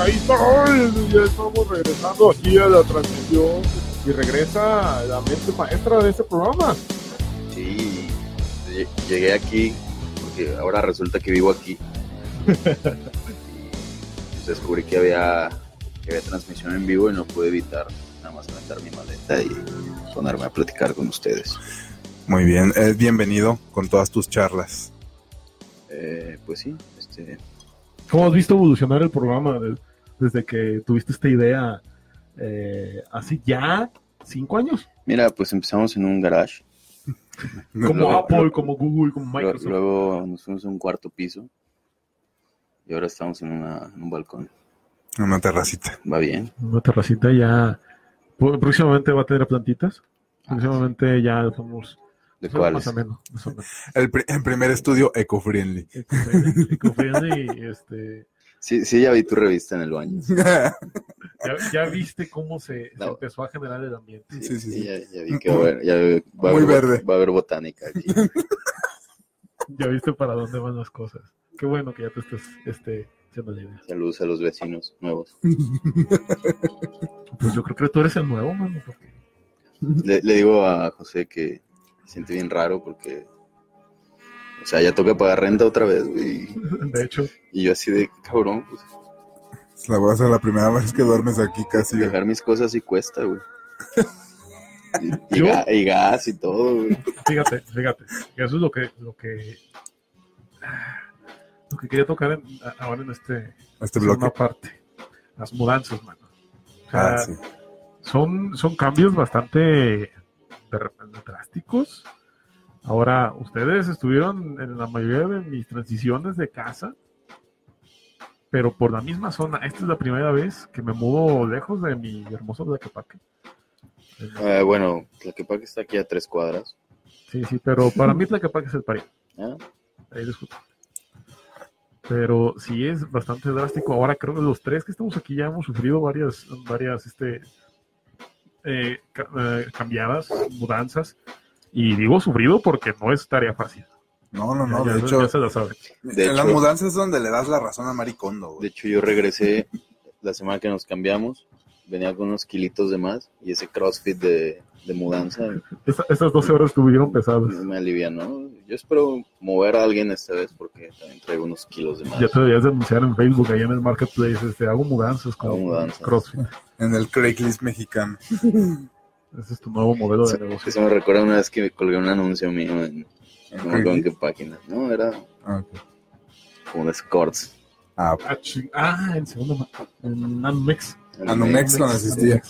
no, ya estamos regresando aquí a la transmisión y regresa la mente maestra de este programa. Sí, llegué aquí porque ahora resulta que vivo aquí. y descubrí que había, que había transmisión en vivo y no pude evitar nada más levantar mi maleta y ponerme a platicar con ustedes. Muy bien, es bienvenido con todas tus charlas. Eh, pues sí, este, ¿Cómo has visto evolucionar el programa de- desde que tuviste esta idea eh, hace ya cinco años? mira, pues empezamos en un garage. Como Luego- Apple, como Google, como Lo- Microsoft. Luego nos fuimos a un cuarto piso y ahora estamos en, una- en un balcón. Una terracita. Va bien. Una terracita ya. pr- Próximamente va a tener plantitas. Próximamente ya somos. Ah, ¿De somos cuál? Más o menos. más o menos. Este, El, pri- el primer estudio eco-friendly. Eco-friendly, eco-friendly, y, este, Sí, sí, ya vi tu revista en el baño. ya, ya viste cómo se, se No. empezó a generar el ambiente. Sí, sí, sí. Ya, ya vi que va a haber, ya va a Muy haber- verde. va a haber botánica aquí. Ya viste para dónde van las cosas. Qué bueno que ya te estés este, haciendo la idea. Saludos a los vecinos nuevos. Pues yo creo que tú eres el nuevo, mano. porque- Le, le digo a José que se siente bien raro porque, o sea, ya toca pagar renta otra vez, güey. De hecho, Y yo así de, cabrón, pues, La voy a hacer la primera vez que duermes aquí casi. güey. dejar mis cosas sí cuesta, güey. Y, y ¿Yo? ga- y gas y todo, güey. fíjate, fíjate. que Eso es lo que, lo que, ah, lo que quería tocar en- a- ahora en este, Este una bloque. parte. Las mudanzas, mano. O sea, Ah, sí. son, son cambios bastante de repente drásticos. Ahora, ustedes estuvieron en la mayoría de mis transiciones de casa, pero por la misma zona. Esta es la primera vez que me mudo lejos de mi hermoso Tlaquepaque. Eh, bueno, la que que está aquí a tres cuadras. Sí, sí, pero para mí Tlaquepaque es el pariente. ¿eh? Ahí discuto. Pero sí es bastante drástico. Ahora creo que los tres que estamos aquí ya hemos sufrido varias, varias este, eh, ca- eh, cambiadas, mudanzas. Y digo sufrido porque no es tarea fácil. No, no, no. Ya- De ya- hecho, ya se la saben. De en las hecho- mudanzas es donde le das la razón a Maricondo. De güey. hecho, yo regresé la semana que nos cambiamos. Venía con unos kilitos de más y ese crossfit de, de mudanza Esa- esas 12 horas estuvieron pesadas. No me alivianó. Yo espero mover a alguien esta vez porque también traigo unos kilos de más. Ya te debías denunciar en Facebook, allá en el marketplace. Este, hago mudanzas con Hago mudanzas. CrossFit. En el Craigslist mexicano. Ese es tu nuevo modelo de Sí, negocio. Eso me recuerda una vez que me colgué un anuncio mío en En no me acuerdo en Craigslist. qué página. No, era Ah, ok. como de Scorts. Ah, Ah, ching- Ah, en segundo, ma- en Anumex. Anumex. Next lo necesitaba.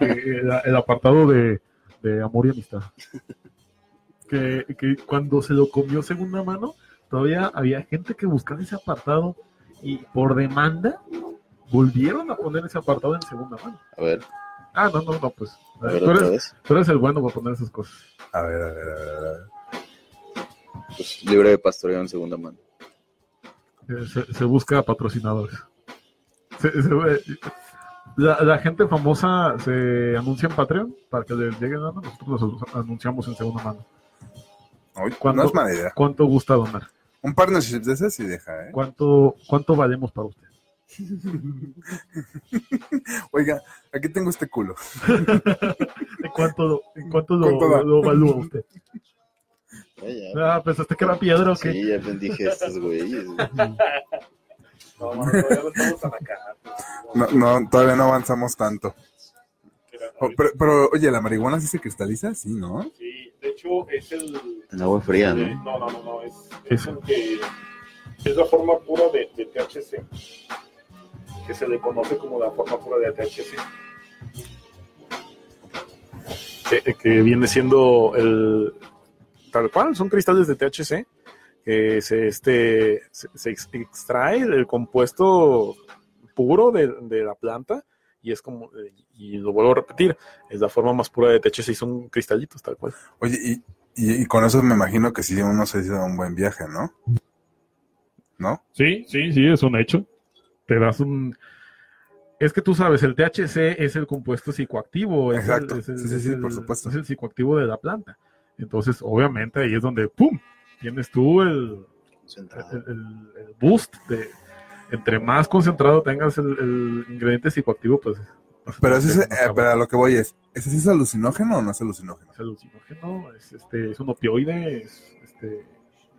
El, el apartado de, de amor y amistad. Que, que cuando se lo comió segunda mano, todavía había gente que buscaba ese apartado y por demanda volvieron a poner ese apartado en segunda mano. A ver, Ah, no, no, no, pues. a ver tú, otra eres, vez. tú eres el bueno para poner esas cosas. a ver, a ver, a ver, a ver. Pues, libre de pastoreo en segunda mano. Eh, Se, se busca patrocinadores. Se- se ve- la, la gente famosa se anuncia en Patreon para que les lleguen dando. Nosotros los anunciamos en segunda mano. Oye, ¿Cuándo? no es mala idea. ¿Cuánto gusta donar? Un partnership de esas sí deja, ¿eh? ¿Cuánto, cuánto valemos para usted? Oiga, aquí tengo este culo. ¿En cuánto, en cuánto lo, ¿Cuánto va? lo valúa usted? Ya, ya. Ah, pensaste que era piedra o qué. Sí, ya dije estos güeyes. güey. No, mano, todavía lo estamos atacando. No, no, todavía no avanzamos tanto. Que la- O- Oh, Pero, pero, oye, ¿la marihuana sí se cristaliza? Sí, ¿no? Sí, de hecho es el... En agua fría, eh, ¿no? No, no, no, no, es, es el que... Es la forma pura de, de THC. Que se le conoce como la forma pura de THC. Que, Eh, que viene siendo el... Tal cual, son cristales de THC. Que se, este, se, se ex- extrae el compuesto puro de, de la planta. Y es como, eh, y lo vuelvo a repetir, es la forma más pura de THC y son cristalitos, tal cual. Oye, y, y- y con eso me imagino que sí uno se hizo un buen viaje, ¿no? ¿No? Sí, sí, sí, es un hecho. Te das un... Es que tú sabes, el THC es el compuesto psicoactivo. Es el- Exacto. es el- Sí, sí, es sí, el- por supuesto. Es el psicoactivo de la planta. Entonces, obviamente, ahí es donde, ¡pum! Tienes tú el, Concentrado. el, el- el boost de, entre más concentrado tengas el, el ingrediente psicoactivo, pues. Pero, ese es- es, eh, pero a lo que voy es, ¿ese sí es alucinógeno o no es alucinógeno? es alucinógeno, es, este, es un opioide, es, este,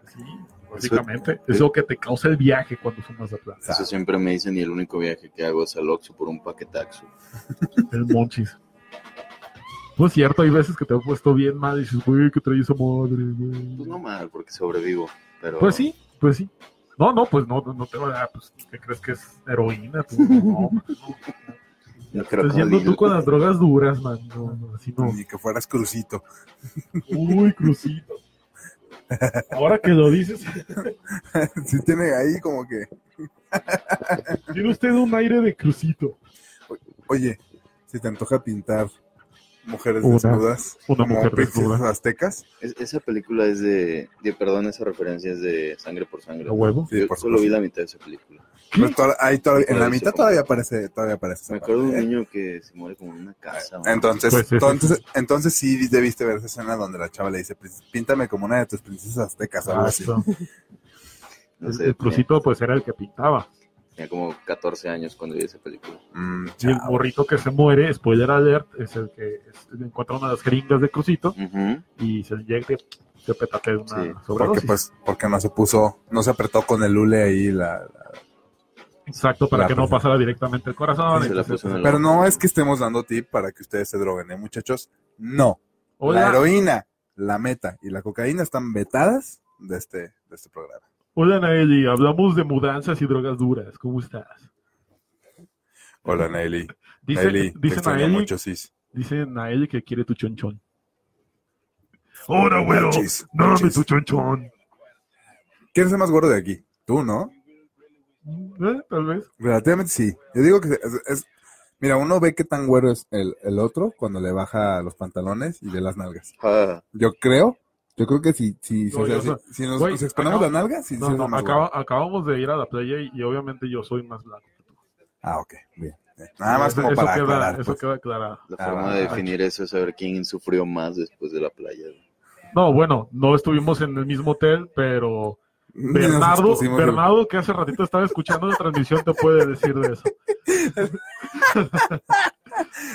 sí, básicamente. Es lo que te causa el viaje cuando sumas la planta. Eso siempre me dicen y el único viaje que hago es al Oxxo por un paquetaxo. El monchis. No Pues, es cierto, hay veces que te he puesto bien mal y dices, güey, que trae esa madre, güey. Pues no mal, porque sobrevivo. Pero Pues sí, pues sí. No, no, pues no, no te va a dar, pues, ¿qué crees que es heroína? tú? No, man, no. no creo Estás que yendo tú diga- con las drogas duras, man. No, no, así no. Ni que fueras crucito. Uy, crucito. Ahora que lo dices, sí tiene ahí como que, tiene usted un aire de crucito. oye, si te antoja pintar mujeres Una- desnudas una como mujer princesas desnuda. aztecas, Es- esa película es de, de- Perdón, esa referencia es de Sangre por Sangre. A huevo. Ah, Sí, Yo por solo vi supuesto. la mitad de esa película. ¿Qué? Pero toda- ahí toda- en la Sí, mitad sí. todavía aparece, todavía aparece. esa Me acuerdo de parte, un ¿eh? niño que se muere como en una casa. ¿no? Entonces, Pues, sí, sí, entonces, entonces sí debiste ver esa escena donde la chava le dice, "Prin- píntame como una de tus princesas aztecas o algo Ah, así. eso. No El- sé, tenía, el crucito, pues, era el que pintaba. tenía como 14 años cuando vi esa película. Mm, Y el chao. morrito que se muere, spoiler alert, es el que es- encuentra una de las jeringas de crucito Ujú. y se le llega y se petatea de una Sí, sobredosis. porque pues, porque no se puso, no se apretó con el hule ahí la, Exacto, para la que no persona. pasara directamente al corazón. Se la Entonces, puso en el- Pero no es que estemos dando tip para que ustedes se droguen, ¿eh, muchachos? No. hola, La heroína, la meta y la cocaína están vetadas de este, de este programa. hola Naeli, hablamos de mudanzas y drogas duras. ¿Cómo estás? Hola, Nelly. Dice, Nelly, te dice, extraño Naeli, mucho, sis. dice Naeli que quiere tu chonchón. Hola, güero. Chis, Dame chis. tu chonchón. ¿Quién es el más gordo de aquí? Tú, ¿no? Eh, Tal vez. Relativamente sí. Yo digo que es... es- mira, uno ve qué tan güero es el, el otro cuando le baja los pantalones y ve las nalgas. Ah, Yo creo, yo creo que si, si, si, No, o sea, yo si- no. si nos, Güey, nos exponemos acabo- la nalga, sí, sí No, es no, el más acaba- gordo. acabamos de ir a la playa y, y obviamente yo soy más blanco. Ah, ok, bien. Eh, Nada más Eso- como eso para queda, aclarar, Eso pues. queda aclarado. la Ah, forma ah, de definir eso es saber quién sufrió más después de la playa. No, bueno, no estuvimos en el mismo hotel, pero Ni nos Bernardo, expusimos del- Bernardo que hace ratito estaba escuchando la transmisión, te puede decir de eso.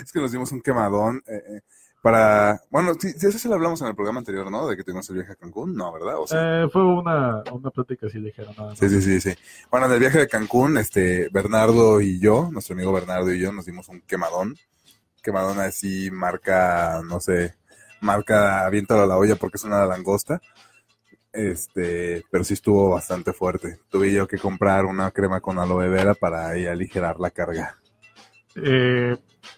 Es que nos dimos un quemadón eh, eh, para... Bueno, sí, sí, eso se lo hablamos en el programa anterior, ¿no? De que tuvimos el viaje a Cancún, ¿no? ¿Verdad? O sea, Eh, fue una, una plática así ligera, nada más. sí, sí, sí, sí. Bueno, en el viaje de Cancún, este, Bernardo y yo, nuestro amigo Bernardo y yo, nos dimos un quemadón. Quemadón así, marca, no sé, marca aviéntalo a la olla porque es una langosta. Este, pero sí estuvo bastante fuerte. Tuve yo que comprar una crema con aloe vera para ahí aligerar la carga. Eh,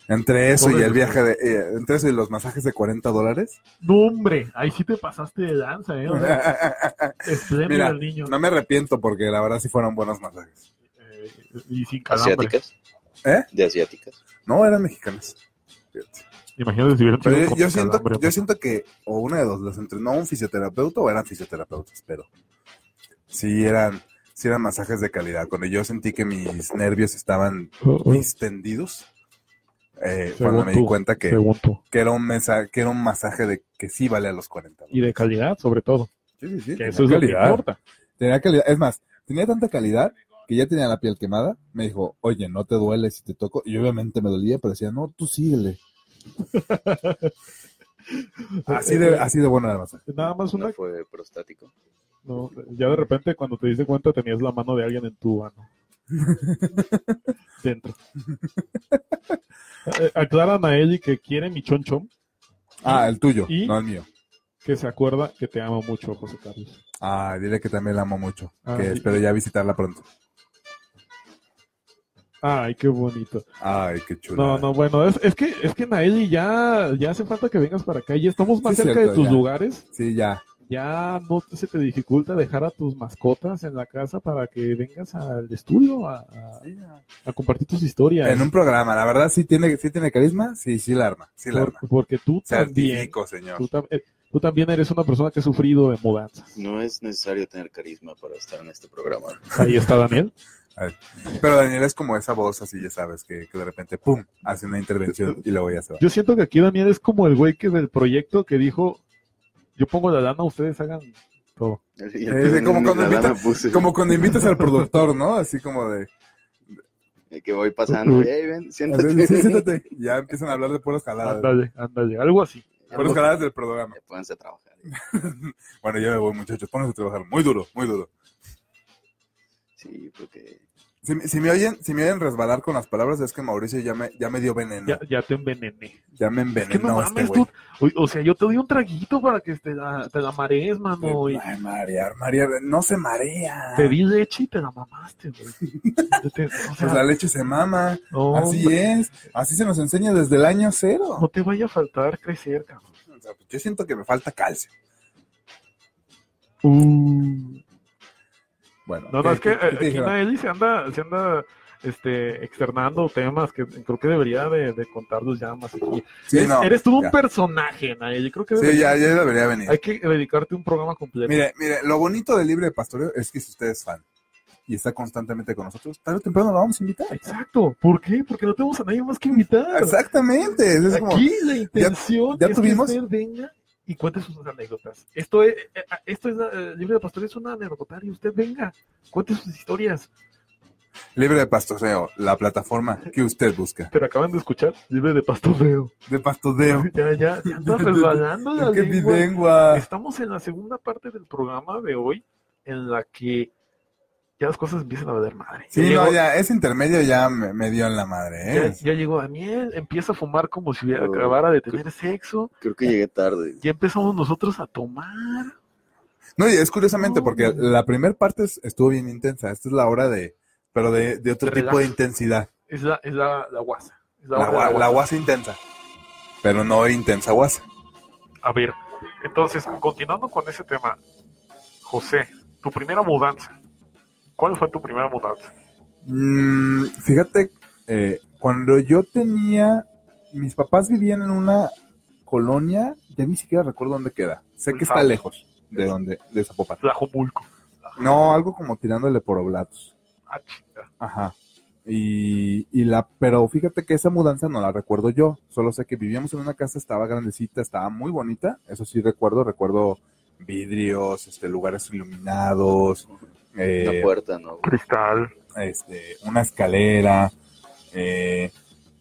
Entre eso y Pobre el Jesús. viaje de, eh, entre eso y los masajes de 40 dólares, no, hombre, ahí sí te pasaste de lanza, ¿eh? O sea, espléndido Mira, el niño. no me arrepiento porque la verdad sí fueron buenos masajes. Eh, y sin calambre. ¿Asiáticas? ¿Eh? De asiáticas. No, eran mexicanos. Fíjate. Imagínate si hubieran Pero sido yo, con yo siento, calambre. yo siento que o una de dos los entrenó un fisioterapeuta o eran fisioterapeutas, pero sí eran, sí eran masajes de calidad. Cuando yo sentí que mis nervios estaban distendidos, eh, Según cuando me tú, di cuenta que, Según tú. que era un mensaje, que era un masaje de que sí vale a los 40. Y de calidad, sobre todo. Sí, sí, sí, Que tenía eso es lo que importa. Tenía calidad. Es más, tenía tanta calidad que ya tenía la piel quemada. Me dijo, oye, no te duele si te toco. Y obviamente me dolía, pero decía, no, tú síguele. así, de, así de bueno era el masaje. Nada más No una. fue prostático. no, ya de repente, cuando te diste cuenta, tenías la mano de alguien en tu mano. Dentro. Eh, Aclara a Eli que quiere mi chonchón, Ah, el tuyo, ¿Y? no el mío. que se acuerda que te amo mucho, José Carlos. Ah, dile que también la amo mucho. Ah, que sí. espero ya visitarla pronto. Ay, qué bonito. Ay, qué chulo. No, no, bueno, es, es que es que Naeli ya, ya hace falta que vengas para acá. Ya estamos más Sí, cerca cierto, de tus ya. lugares. Sí, ya. Ya no te- se te dificulta dejar a tus mascotas en la casa para que vengas al estudio a, a- a compartir tus historias. En un programa, la verdad, sí tiene, sí tiene carisma. Sí, sí la arma. Sí la Por- arma. porque tú también, Certifico, señor. tú, tam- eh, tú también eres una persona que ha sufrido de mudanzas. No es necesario tener carisma para estar en este programa. Ahí está Daniel. Pero Daniel es como esa voz así, ya sabes, que, que de repente, pum, hace una intervención y luego ya se va. Yo siento que aquí Daniel es como el güey que del proyecto que dijo, yo pongo la lana, ustedes hagan todo. Y Eh, el- como cuando la lana invita- puse, Como cuando invitas al productor, ¿no? Así como de, de que voy pasando. Uy. "Ey, ven, a siéntate. ver, sí, siéntate. Ya empiezan a hablar de puras jaladas. Ándale, ándale, algo así. Puras jaladas del programa. Ya pónganse a trabajar. Bueno, ya me voy, muchachos. Pónganse a trabajar muy duro, muy duro. Sí, porque Si, me- si me oyen, si me oyen resbalar con las palabras, es que Mauricio ya me, ya me dio veneno. Ya, Ya, ya te envenené. me Es que no, envenenó este mames, güey. tú. O, o sea, yo te doy un traguito para que te la, te la marees, mano. Y Ay, marear, marear. No se marea. te di leche y te la mamaste, güey. Te- o sea, Pues la leche se mama. no, Así es. Así se nos enseña desde el año cero. no te vaya a faltar crecer, cabrón. O sea, pues, yo siento que me falta calcio. Uh. Bueno. No, no, ¿qué- es que qué- qué eh, te aquí dijeron? Naeli se anda, se anda este, externando temas que creo que debería de, de contarlos ya más aquí. Sí, eres, no, eres tú ya. un personaje, Naeli. Creo que Sí, debería- ya, ya debería venir. hay que dedicarte un programa completo. Mire, mire, lo bonito del libre pastoreo es que si usted es fan y está constantemente con nosotros, tarde o temprano lo vamos a invitar. Exacto. ¿Por qué? Porque no tenemos a nadie más que invitar. Exactamente. Es como, Aquí la intención ya es tuvimos- que usted venga y cuente sus anécdotas. Esto es, eh, esto es eh, Libre de Pastor, es un anecdotario. Usted venga, cuente sus historias. libre de pastoreo, la plataforma que usted busca. Pero acaban de escuchar Libre de Pastoreo. De pastoreo. Ya, ya, se anda resbalando la ¿Qué lengua. bilengua? Estamos en la segunda parte del programa de hoy en la que ya las cosas empiezan a valer madre. Sí, ya, no, llegó, ya, ese intermedio ya me, me dio en la madre, ya- ¿eh? ya llegó Daniel, empieza a fumar como si hubiera- Oh. acabara de tener sexo. creo que llegué tarde. Ya empezamos nosotros a tomar. No, y es curiosamente porque la primera parte es- estuvo bien intensa. Esta es la hora de, pero de, de otro De tipo de relax. intensidad. Es la, es la, la guasa. Es la La, hora de la gua- la guasa. guasa intensa. Pero no intensa guasa. A ver, entonces, continuando con ese tema, José, tu primera mudanza. ¿Cuál fue tu primera mudanza? Mm, fíjate, eh, cuando yo tenía, mis papás vivían en una colonia, ya ni siquiera recuerdo dónde queda. Sé que está Exacto. lejos de donde, de Zapopan. Tlajomulco. No, algo como tirándole por Oblatos. Ah, chinga. Ajá. Y, y la, pero fíjate que esa mudanza no la recuerdo yo. Solo sé que vivíamos en una casa, estaba grandecita, estaba muy bonita. Eso sí recuerdo, recuerdo vidrios, este, lugares iluminados, Una eh, puerta, ¿no? Cristal. este, una escalera, eh,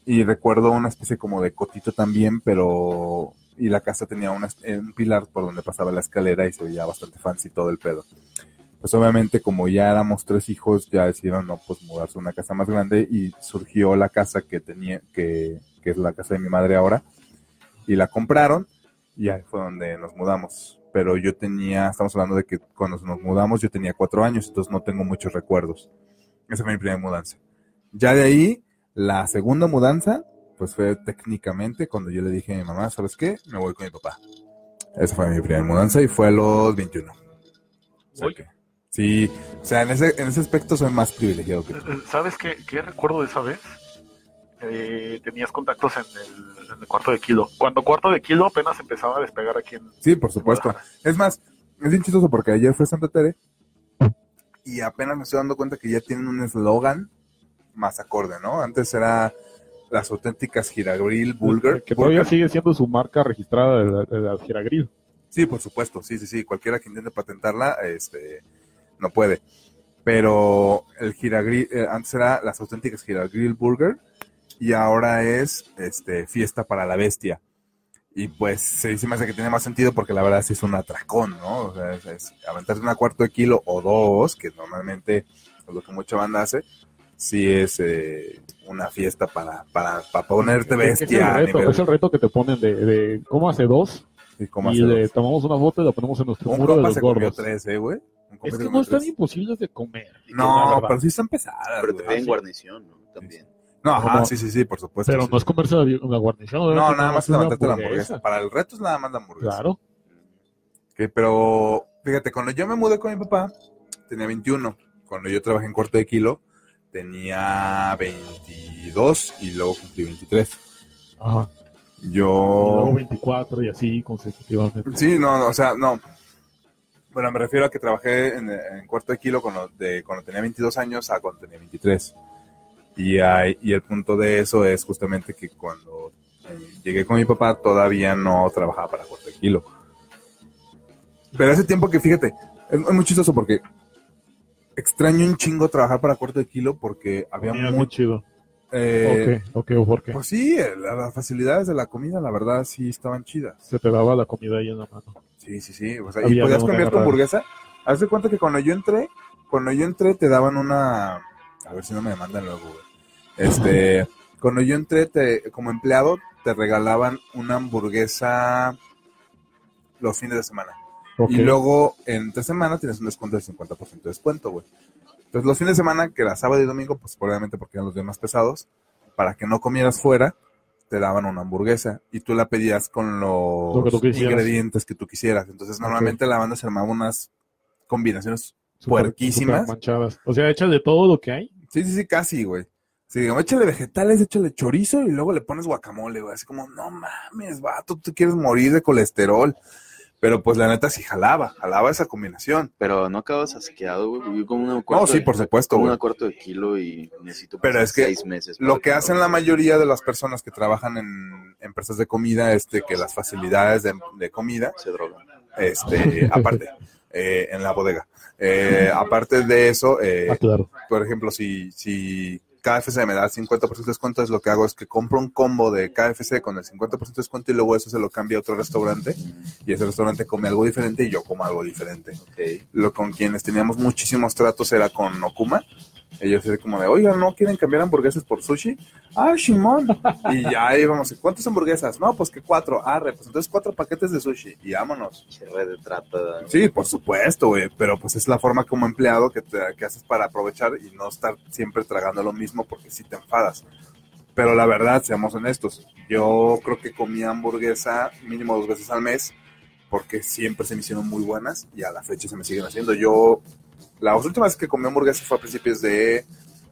y recuerdo una especie como de cotito también, pero... Y la casa tenía una es- eh, un pilar por donde pasaba la escalera y se veía bastante fancy todo el pedo. Pues obviamente como ya éramos tres hijos, ya decidieron no, pues mudarse a una casa más grande y surgió la casa que tenía, que, que es la casa de mi madre ahora, y la compraron y ahí fue donde nos mudamos. Pero yo tenía, estamos hablando de que cuando nos mudamos yo tenía cuatro años, entonces no tengo muchos recuerdos. Esa fue mi primera mudanza. Ya de ahí, la segunda mudanza, pues fue técnicamente cuando yo le dije a mi mamá, ¿sabes qué? Me voy con mi papá. Esa fue mi primera mudanza y fue a los 21. O sea Uy. que- sí, o sea, en ese, en ese aspecto soy más privilegiado que tú. ¿Sabes qué, qué recuerdo de esa vez? Eh, tenías contactos en el, en el cuarto de kilo. Cuando cuarto de kilo apenas empezaba a despegar aquí en... Sí, por supuesto. Es más, es bien chistoso porque ayer fue Santa Tere y apenas me estoy dando cuenta que ya tienen un eslogan más acorde, ¿no? Antes era las auténticas giragril Bulger. Que todavía Bulger. sigue siendo su marca registrada de la, de la Giragril. Sí, por supuesto, sí, sí, sí. Cualquiera que intente patentarla, este, no puede. Pero el giragril, eh, antes era las auténticas giragril burger y ahora es, este, fiesta para la bestia. Y pues sí, se me hace que tiene más sentido porque la verdad sí es un atracón, ¿no? O sea, es, es aventarte una cuarto de kilo o dos, que normalmente es lo que mucha banda hace, sí es eh, una fiesta para, para, para ponerte es, el Este bestia. a reto, nivel- es el reto que te ponen de, de cómo hace dos y como y hace le dos. tomamos una foto y la ponemos en nuestro Un muro de compa los se comió gordos. tres, ¿eh, güey? Un compa Es se que comió no están tres. imposibles de comer. la No, verdad. pero sí están pesadas. Pero te güey. piden guarnición, ¿no? También. No, ajá, No, no. sí, sí, sí, por supuesto. Pero sí. no es comerse la, la guarnición. No, obviamente, nada más una levantarte la hamburguesa. Para el reto es nada más la hamburguesa. Claro. Que, pero, fíjate, cuando yo me mudé con mi papá, tenía 21. Cuando yo trabajé en cuarto de kilo, tenía 22 y luego cumplí 23. Ajá. Yo... Luego 24 y así consecutivamente. Sí, no, no, o sea, no. Bueno, me refiero a que trabajé en, en cuarto de kilo cuando, de, cuando tenía 22 años a cuando tenía 23. Y, hay- y el punto de eso es justamente que cuando eh, llegué con mi papá todavía no trabajaba para cuarto de kilo. Pero hace tiempo que, fíjate, es, es muy chistoso porque extraño un chingo trabajar para cuarto de kilo porque había Mira, qué mucho... chido. eh, ok, ok, ¿por qué? Pues sí, el- la- las facilidades de la comida, la verdad, sí estaban chidas. Se te daba la comida ahí en la mano. Sí, sí, sí. O sea, y Había podías algo que cambiar tu agarrar. hamburguesa. Haz de cuenta que cuando yo entré, cuando yo entré te daban una... A ver si no me demandan luego, güey. Este, cuando yo entré te, como empleado, te regalaban una hamburguesa los fines de semana. Ok. Y luego, en tres semanas, tienes un descuento del 50% de descuento, güey. Entonces, los fines de semana, que era sábado y domingo, pues probablemente porque eran los días más pesados, para que no comieras fuera, te daban una hamburguesa y tú la pedías con los Lo que tú quisieras. ingredientes que tú quisieras. Entonces, normalmente la banda se armaba unas combinaciones. Súper- puerquísimas. súper manchadas. O sea, echa de todo lo que hay. Sí, sí, sí, casi, güey. Sí, digamos, échale vegetales, échale chorizo y luego le pones guacamole, güey. Así como, no mames, vato, tú te quieres morir de colesterol. Pero pues la neta sí jalaba, jalaba esa combinación. Pero no acabas asqueado, güey. Yo como una No, cuarto sí, de- por supuesto, como güey. una cuarto de kilo y necesito Pero pasar es que seis meses. Lo para que hacen la acabarlo. mayoría de las personas que trabajan en empresas de comida es de que las facilidades de, de comida, Se drogan. este, aparte, eh, en la bodega. Eh, aparte de eso, Ah, eh, claro. por ejemplo, si, si KFC me da 50% de descuento, es lo que hago es que compro un combo de KFC con el 50% de descuento y luego eso se lo cambia a otro restaurante y ese restaurante come algo diferente y yo como algo diferente Ok. lo con quienes teníamos muchísimos tratos era con Okuma. Ellos eran como de, oigan, ¿no quieren cambiar hamburguesas por sushi? Ah, Shimon. Y ya íbamos, ¿cuántas hamburguesas? No, pues que cuatro. Arre, pues entonces cuatro paquetes de sushi y vámonos. Se re de trata. Sí, por supuesto, güey, pero pues es la forma como empleado que, te- que haces para aprovechar y no estar siempre tragando lo mismo porque si te enfadas. Pero la verdad, seamos honestos, yo creo que comía hamburguesa mínimo dos veces al mes porque siempre se me hicieron muy buenas y a la fecha se me siguen haciendo. Yo, la última vez que comí hamburguesa fue a principios de,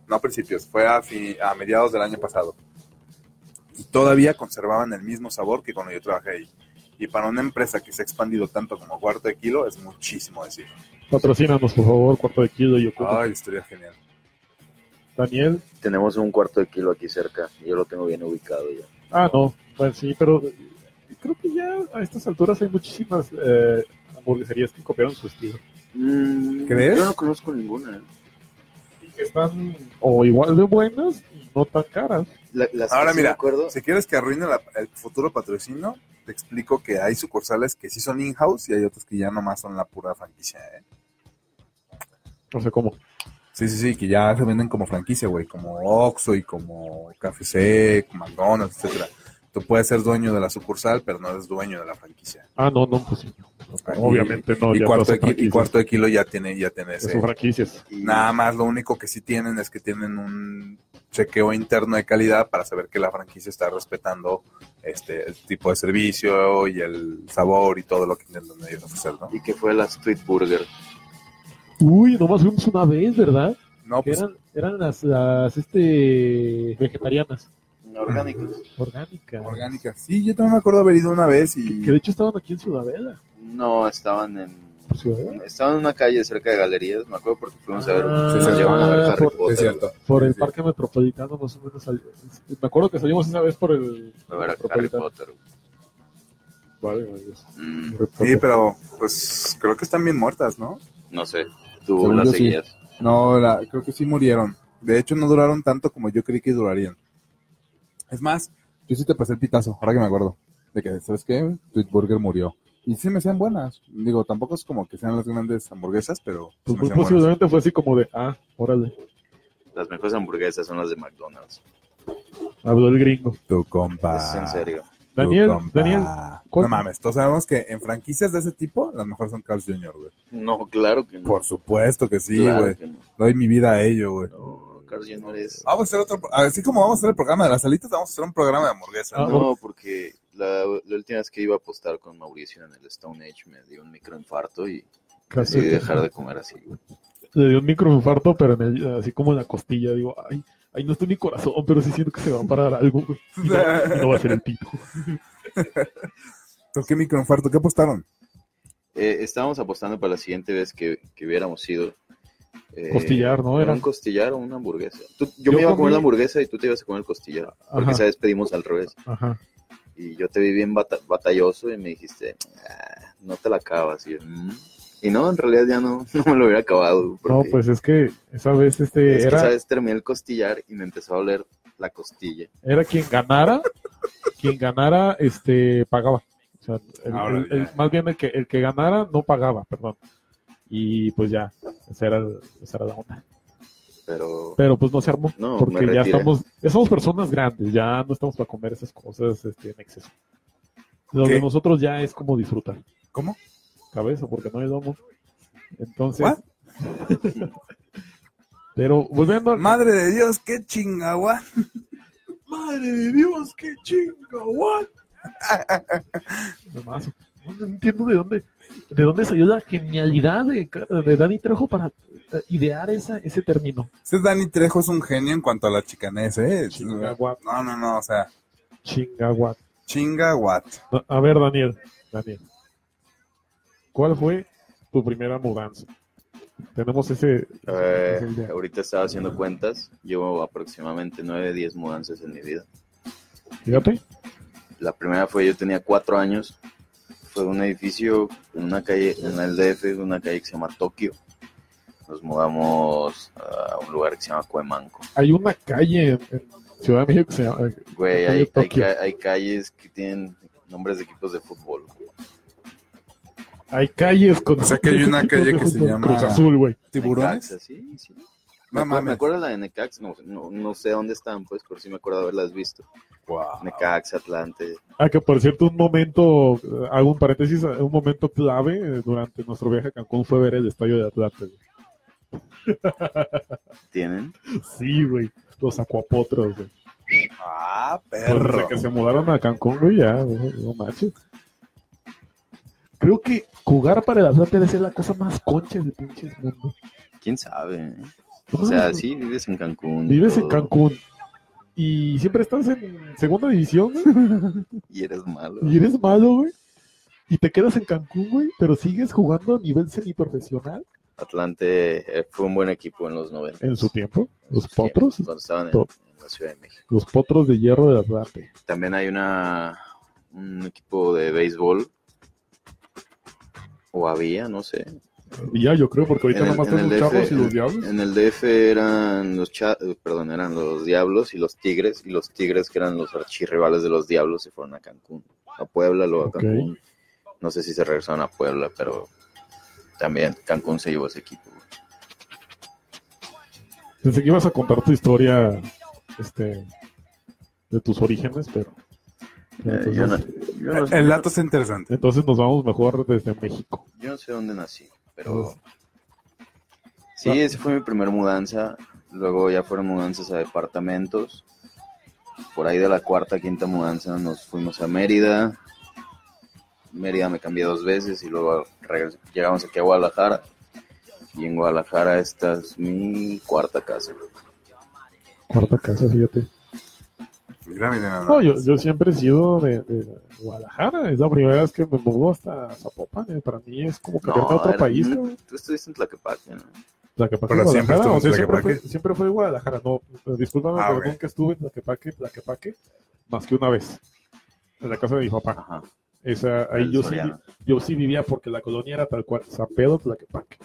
no a principios, fue a, fi- a mediados del año pasado. Y todavía conservaban el mismo sabor que cuando yo trabajé ahí. Y para una empresa que se ha expandido tanto como cuarto de kilo, es muchísimo decir. Patrocínanos, por favor, cuarto de kilo y ocupa. Ay, estaría genial. Daniel. Tenemos un cuarto de kilo aquí cerca. Yo lo tengo bien ubicado ya. Ah, no. Pues sí, pero creo que ya a estas alturas hay muchísimas eh, hamburgueserías que copiaron su estilo. Mm, ¿Crees? Yo no conozco ninguna. ¿eh? Y que están o igual de buenas y no tan caras. La- las que Ahora sí mira, me acuerdo, Si quieres que arruine la- el futuro patrocinio, te explico que hay sucursales que sí son in-house y hay otras que ya nomás son la pura franquicia. ¿eh? No sé cómo. Sí, sí, sí, que ya se venden como franquicia, güey, como Oxxo y como KFC, como McDonald's, etcétera. Tú puedes ser dueño de la sucursal, pero no eres dueño de la franquicia. Ah, no, no, pues sí. Aquí- Obviamente no. Y, ya cuarto de, Ki- y todas son franquicias. cuarto de kilo ya tiene, ya tiene Son ese. franquicias. y- Nada más lo único que sí tienen es que tienen un chequeo interno de calidad para saber que la franquicia está respetando este el tipo de servicio y el sabor y todo lo que intentan ellos ofrecer, ¿no? y que fue la Street Burger. Uy, nomás fuimos una vez, ¿verdad? No, Que pues eran, eran las, las este, vegetarianas, Orgánicos. orgánicas. orgánica. Sí, yo también me acuerdo haber ido una vez y Que de hecho estaban aquí en Ciudadela. No, estaban en. Ciudadela. Estaban en una calle cerca de galerías, me acuerdo, porque fuimos a ver. Ah, se nos llevaron a ver Harry por- es Potter. cierto. Por el Sí, sí. parque metropolitano, más o menos. sal- Me acuerdo que salimos esa vez por el A ver a Harry metropolitano. Potter. güey. Vale, vale, Dios. Mm, Sí, pero pues creo que están bien muertas, ¿no? no sé, tú Según la yo, sí. seguías. No, la- creo que sí murieron. De hecho, no duraron tanto como yo creí que durarían. Es más, yo sí te pasé el pitazo, ahora que me acuerdo. De que, ¿sabes qué? Tweet Burger murió. Y sí me sean buenas. Digo, tampoco es como que sean las grandes hamburguesas, pero sí me Pues muy hacían buenas. posiblemente fue así como de, ah, órale, Las mejores hamburguesas son las de McDonald's. habló el gringo. Tu compa. Es en serio. tu Daniel, compa. Daniel, ¿cuál- No mames, todos sabemos que en franquicias de ese tipo, las mejores son Carl's Jr., güey. No, claro que no. Por supuesto que sí, Claro güey. que no. Doy mi vida a ello, güey. No, Carl Jr. es. Vamos a hacer otro, así como vamos a hacer el programa de las alitas, vamos a hacer un programa de hamburguesas. Ah, ¿no? No, porque la, la última vez que iba a apostar con Mauricio en el Stone Age me dio un microinfarto y casi decidí dejar de comer así, güey. le dio un microinfarto, pero en el- así como en la costilla, digo, ay, ay, no está mi corazón, pero sí siento que se va a parar algo, güey. Y no, y no va a ser el pito. ¿Tú qué microinfarto? ¿Qué apostaron? Eh, estábamos apostando para la siguiente vez que, que hubiéramos ido. eh, Costillar, ¿no? era Era, un costillar o una hamburguesa. Tú- yo, Yo me iba a comer comí- la hamburguesa y tú te ibas a comer el costillar. Porque Ajá. esa vez pedimos al revés. ajá. Y yo te vi bien bata- batalloso y me dijiste, "Ah, no te la acabas. Y, yo, "Mm". Y no, en realidad ya no, no me lo hubiera acabado. No, porque pues es que esa vez este es que, era, ¿sabes? terminé el costillar y me empezó a oler la costilla. era quien ganara, quien ganara, este, pagaba. O sea, el- Ahora el- el- Ah, ya. más bien el que, el que ganara no pagaba, perdón. Y pues ya, esa era, el- esa era la onda. Pero Pero pues no se armó, No, me porque ya retiré. estamos, ya somos personas grandes, ya no estamos para comer esas cosas este, en exceso. Lo ¿Qué? de nosotros ya es como disfrutar ¿Cómo? cabeza, porque no hay domo. Entonces, ¿What? pero volviendo al- Madre de Dios, qué chingagua. Madre de Dios, qué chingo, what? Mamazo. No entiendo de dónde, de dónde salió la genialidad de, de Dani Trejo para eh, idear esa, ese término. Ese Dani Trejo es un genio en cuanto a la chicanez, ¿eh? Chingawat. No, no, no, o sea, Chingaguat. chingaguat. No, A ver, Daniel, Daniel. ¿Cuál fue tu primera mudanza? Tenemos ese. eh, esa idea. ahorita estaba haciendo cuentas, llevo aproximadamente 9, 10 mudanzas en mi vida. Fíjate. La primera fue yo tenía 4 años, fue un edificio en una calle, en el DF, una calle que se llama Tokio. Nos mudamos a un lugar que se llama Cuemanco. Hay una calle en, en Ciudad de México que se llama. Güey, La calle hay, hay Tokio. ca- hay calles que tienen nombres de equipos de fútbol. Hay calles con. O sea, que este hay una calle que se llama- Cruz Azul, güey. ¿Tiburones? Necaxa, sí, sí. Me, No acuerdo, me mames. acuerdo de la de Necaxa, no, no, no sé dónde están, pues, pero sí me acuerdo de haberlas visto. Wow. Necaxa, Atlante. Ah, que por cierto, un momento, eh, hago un paréntesis, eh, un momento clave eh, durante nuestro viaje a Cancún fue ver el estadio de Atlante. güey. ¿Tienen? Sí, güey, los acuapotros, güey. Ah, Pues perro. Desde que se mudaron a Cancún, güey, ya, güey, no manches. Creo que jugar para el Atlante debe ser la cosa más concha del pinche mundo. ¿Quién sabe? O sea, sí, vives en Cancún. Ah. Vives en todo, Cancún y siempre estás en segunda división, güey. Y eres malo. y eres malo, güey. Y te quedas en Cancún, güey, pero sigues jugando a nivel semiprofesional Atlante eh, fue un buen equipo en los 90. en su tiempo. Los Sí, potros, Cuando estaban en, Pot- en la Ciudad de México. los potros de hierro de Atlante. También hay una un equipo de béisbol. O había, no sé. Y ya, yo creo, porque ahorita En el- nomás en están los el DF, charros y en- los diablos. En el DF eran los cha- eh, perdón, eran los diablos y los tigres, y los tigres que eran los archirrivales de los diablos se fueron a Cancún, a Puebla, luego a Ok. Cancún. No sé si se regresaron a Puebla, pero también Cancún se llevó ese equipo. güey. Pensé que ibas a contar tu historia este, de tus orígenes, pero. pero Eh, yo, no, entonces, yo no- El dato es interesante. entonces nos vamos mejor desde México. yo no sé dónde nací, pero sí, esa fue mi primera mudanza. Luego ya fueron mudanzas a departamentos. Por ahí de la cuarta, quinta mudanza nos fuimos a Mérida. Mérida me cambié dos veces y luego regres- llegamos aquí a Guadalajara. Y en Guadalajara esta es mi cuarta casa. Cuarta casa, fíjate. Mira, mira, No, no. yo, yo siempre he sido de, de Guadalajara. Es la primera vez que me mudo hasta Zapopan. eh, Para mí es como cambiar a otro era- país. mm, cabrón. Tú estuviste en Tlaquepaque, ¿no? Tlaquepaque, Pero Guadalajara, siempre o sea, estuvo en siempre fue, Tlaquepaque. siempre fue Guadalajara. No, eh, discúlpame, Ah, pero ok. nunca estuve en Tlaquepaque, Tlaquepaque, más que una vez. En la casa de mi papá. Ajá. Esa, ahí el yo sí, Soriana. yo sí vivía porque la colonia era tal cual, San Pedro, Tlaquepaque.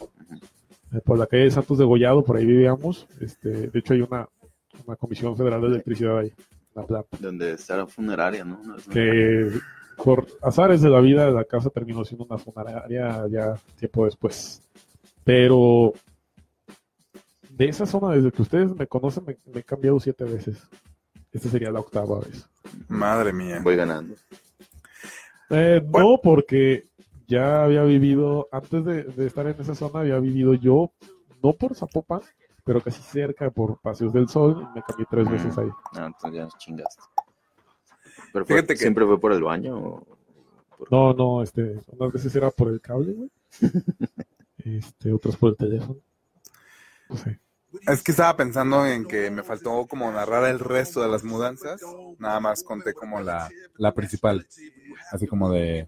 Eh, Por la calle de Santos de Gollado, por ahí vivíamos. Este, de hecho, hay una, una comisión federal de electricidad ahí, la planta, Donde está la funeraria, ¿no? Una vez me- que por azares de la vida la casa terminó siendo una funeraria ya tiempo después. Pero de esa zona, desde que ustedes me conocen, me, me he cambiado siete veces. Esta sería la octava vez. Madre mía. Voy ganando. Eh, Bueno. No, porque ya había vivido, antes de, de estar en esa zona, había vivido yo, no por Zapopan, pero casi cerca por Paseos del Sol, y me cambié tres Mm. veces ahí. Ah, entonces ya nos chingaste. Pero fue- Fíjate que- siempre fue por el baño. o- No, no, este, unas veces era por el cable, güey. Este, otras por el teléfono. No sé. Es que estaba pensando en que me faltó como narrar el resto de las mudanzas. Nada más conté como la, la principal. Así como de.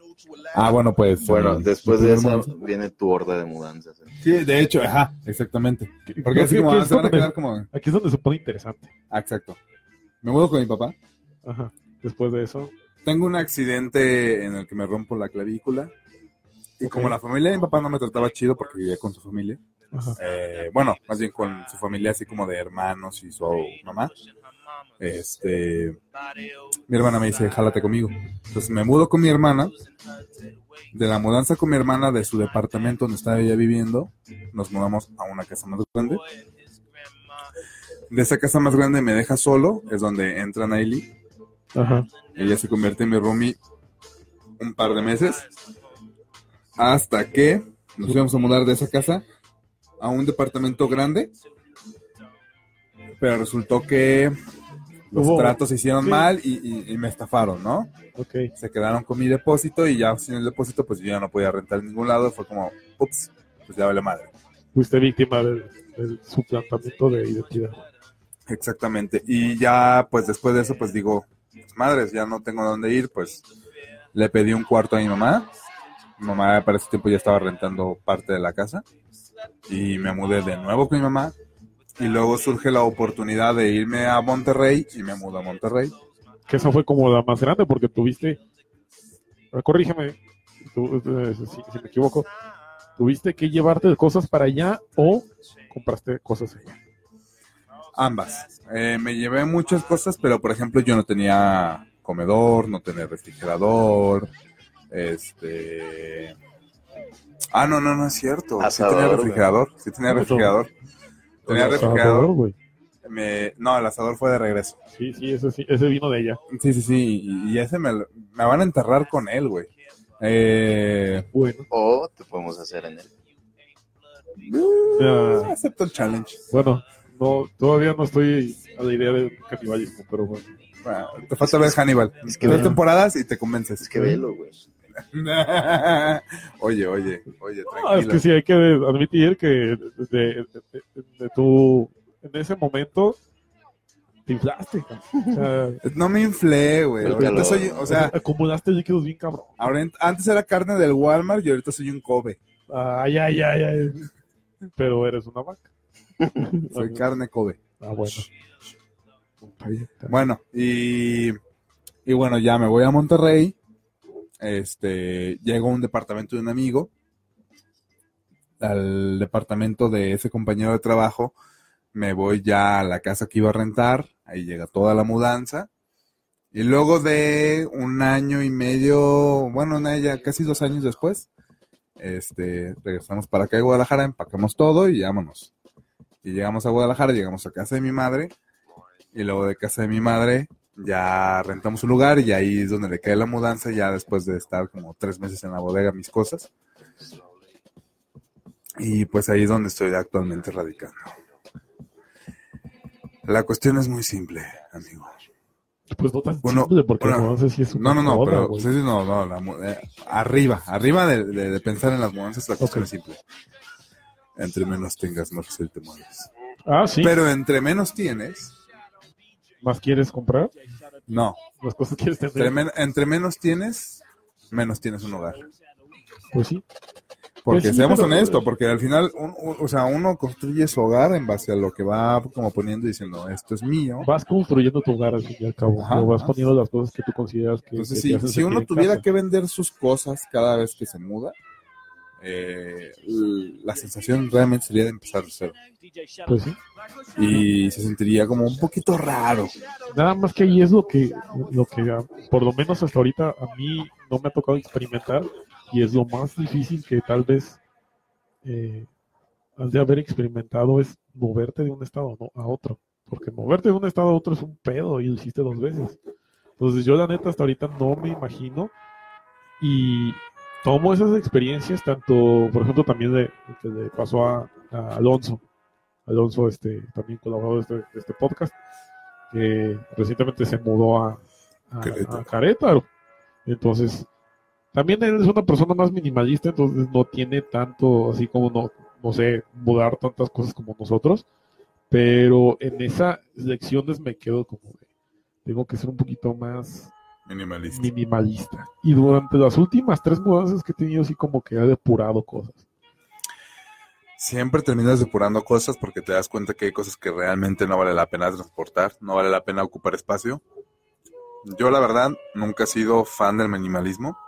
Ah, bueno, pues. Bueno, eh, después de la eso primera viene tu horda de mudanzas. ¿eh? mudanza. Sí, de hecho, ajá, exactamente. Porque Creo así que como aquí, ah, es se van a donde, quedar como. aquí es donde se pone interesante. ah, Exacto. Me mudo con mi papá. Ajá. Después de eso, Tengo un accidente en el que me rompo la clavícula. Y como la familia de mi papá no me trataba chido porque vivía con su familia, Ajá. eh, bueno, más bien con su familia así como de hermanos y su mamá, Eh. este, mi hermana me dice, jálate conmigo. Entonces me mudo con mi hermana, de la mudanza con mi hermana de su departamento donde estaba ella viviendo, nos mudamos a una casa más grande. De esa casa más grande me deja solo, es donde entra Naily. Ajá. Ella se convierte en mi roomie un par de meses. Hasta que nos íbamos a mudar de esa casa a un departamento grande. Pero resultó que los Hubo- tratos se hicieron sí. mal y, y- y me estafaron, ¿no? Ok. Se quedaron con mi depósito y ya sin el depósito pues yo ya no podía rentar en ningún lado. Fue como, ups, pues ya vale madre. Fuiste víctima del, del suplantamiento de identidad. Exactamente. Y ya, pues después de eso, pues digo, pues, madres, ya no tengo dónde ir, pues le pedí un cuarto a mi mamá. Mi mamá para ese tiempo ya estaba rentando parte de la casa. Y me mudé de nuevo con mi mamá. Y luego surge la oportunidad de irme a Monterrey y me mudo a Monterrey. Que esa fue como la más grande porque tuviste. ah, Corrígeme tú, eh, si, si me equivoco. ¿Tuviste que llevarte cosas para allá o compraste cosas allá? Ambas. Eh, me llevé muchas cosas, pero por ejemplo yo no tenía comedor, no tenía refrigerador, este... Ah, no, no, no es cierto. sí Asador, tenía güey. refrigerador, sí tenía Mucho. refrigerador. Tenía O sea, refrigerador. güey. Me- No, el asador fue de regreso. Sí, sí, ese, sí, ese vino de ella. Sí, sí, sí. Y, y ese me, lo- me van a enterrar con él, güey. Eh, Bueno, O te podemos hacer en él. ya- Ah. acepto el challenge. bueno, no, todavía no estoy a la idea de canibalismo, pero bueno. Bueno, te falta ver Hannibal. Es que- Tres temporadas y te convences. Es que velo, güey. oye, oye, oye, No, Ah, es tranquilo. que sí hay que admitir que de, de- de- de tu en ese momento te inflaste. O sea, No me inflé, güey. El Ahorita calor. soy, o sea, acumulaste líquidos bien cabrón. ahorita- antes era carne del Walmart y ahorita soy un Kobe. Ay, ay, ay, ay. Pero eres una vaca. Soy carne Kobe. Ah, bueno. Está bien, está bien. Bueno, y, y bueno, ya me voy a Monterrey. Este, llego a un departamento de un amigo. Al departamento de ese compañero de trabajo. Me voy ya a la casa que iba a rentar. Ahí llega toda la mudanza. Y luego de un año y medio, bueno, no, ya casi dos años después, este, regresamos para acá a Guadalajara, empacamos todo y vámonos. Y llegamos a Guadalajara, llegamos a casa de mi madre, y luego de casa de mi madre ya rentamos un lugar y ahí es donde le cae la mudanza, ya después de estar como tres meses en la bodega mis cosas. Y pues ahí es donde estoy actualmente radicando. La cuestión es muy simple, amigo. Pues no tan Uno- simple, porque una- no sé si es una No, no, no, joda, pero güey. sí, sí, no, no, la mu- eh, arriba, arriba de, de- de pensar en las mudanzas, la cuestión Ok. es simple. Entre menos tengas, más fácil te mueres. Ah, sí. Pero entre menos tienes, ¿Más quieres comprar? no, ¿Más cosas quieres entre, tener? men- entre menos tienes, menos tienes un hogar. Pues sí. Porque Pues sí, seamos pero- honestos, porque al final, un- un- o sea, uno construye su hogar en base a lo que va como poniendo y diciendo, esto es mío. Vas construyendo tu hogar al fin y al cabo. Ajá, o vas ajá. poniendo las cosas que tú consideras que. Entonces, que si, te hacen si sentir uno en tuviera casa. que vender sus cosas cada vez que se muda, eh, l- la sensación realmente sería de empezar de cero. Pues sí. Y se sentiría como un poquito raro. Nada más que ahí es lo que, lo que ah, por lo menos hasta ahorita a mí no me ha tocado experimentar y es lo más difícil que tal vez eh, has de haber experimentado es moverte de un estado ¿no? a otro. Porque moverte de un estado a otro es un pedo y lo hiciste dos veces. Entonces yo la neta hasta ahorita no me imagino y tomo esas experiencias tanto, por ejemplo, también le, que le pasó a, a Alonso. Alonso, este, también colaborador de este, de este podcast, que recientemente se mudó a, a- Querétaro. a Querétaro. Entonces, también él es una persona más minimalista, entonces no tiene tanto, así como no, no sé, mudar tantas cosas como nosotros. Pero en esas lecciones me quedo como de, tengo que ser un poquito más Minimalista. minimalista. Y durante las últimas tres mudanzas que he tenido, sí como que he depurado cosas. Siempre terminas depurando cosas porque te das cuenta que hay cosas que realmente no vale la pena transportar, no vale la pena ocupar espacio. Yo la verdad nunca he sido fan del minimalismo.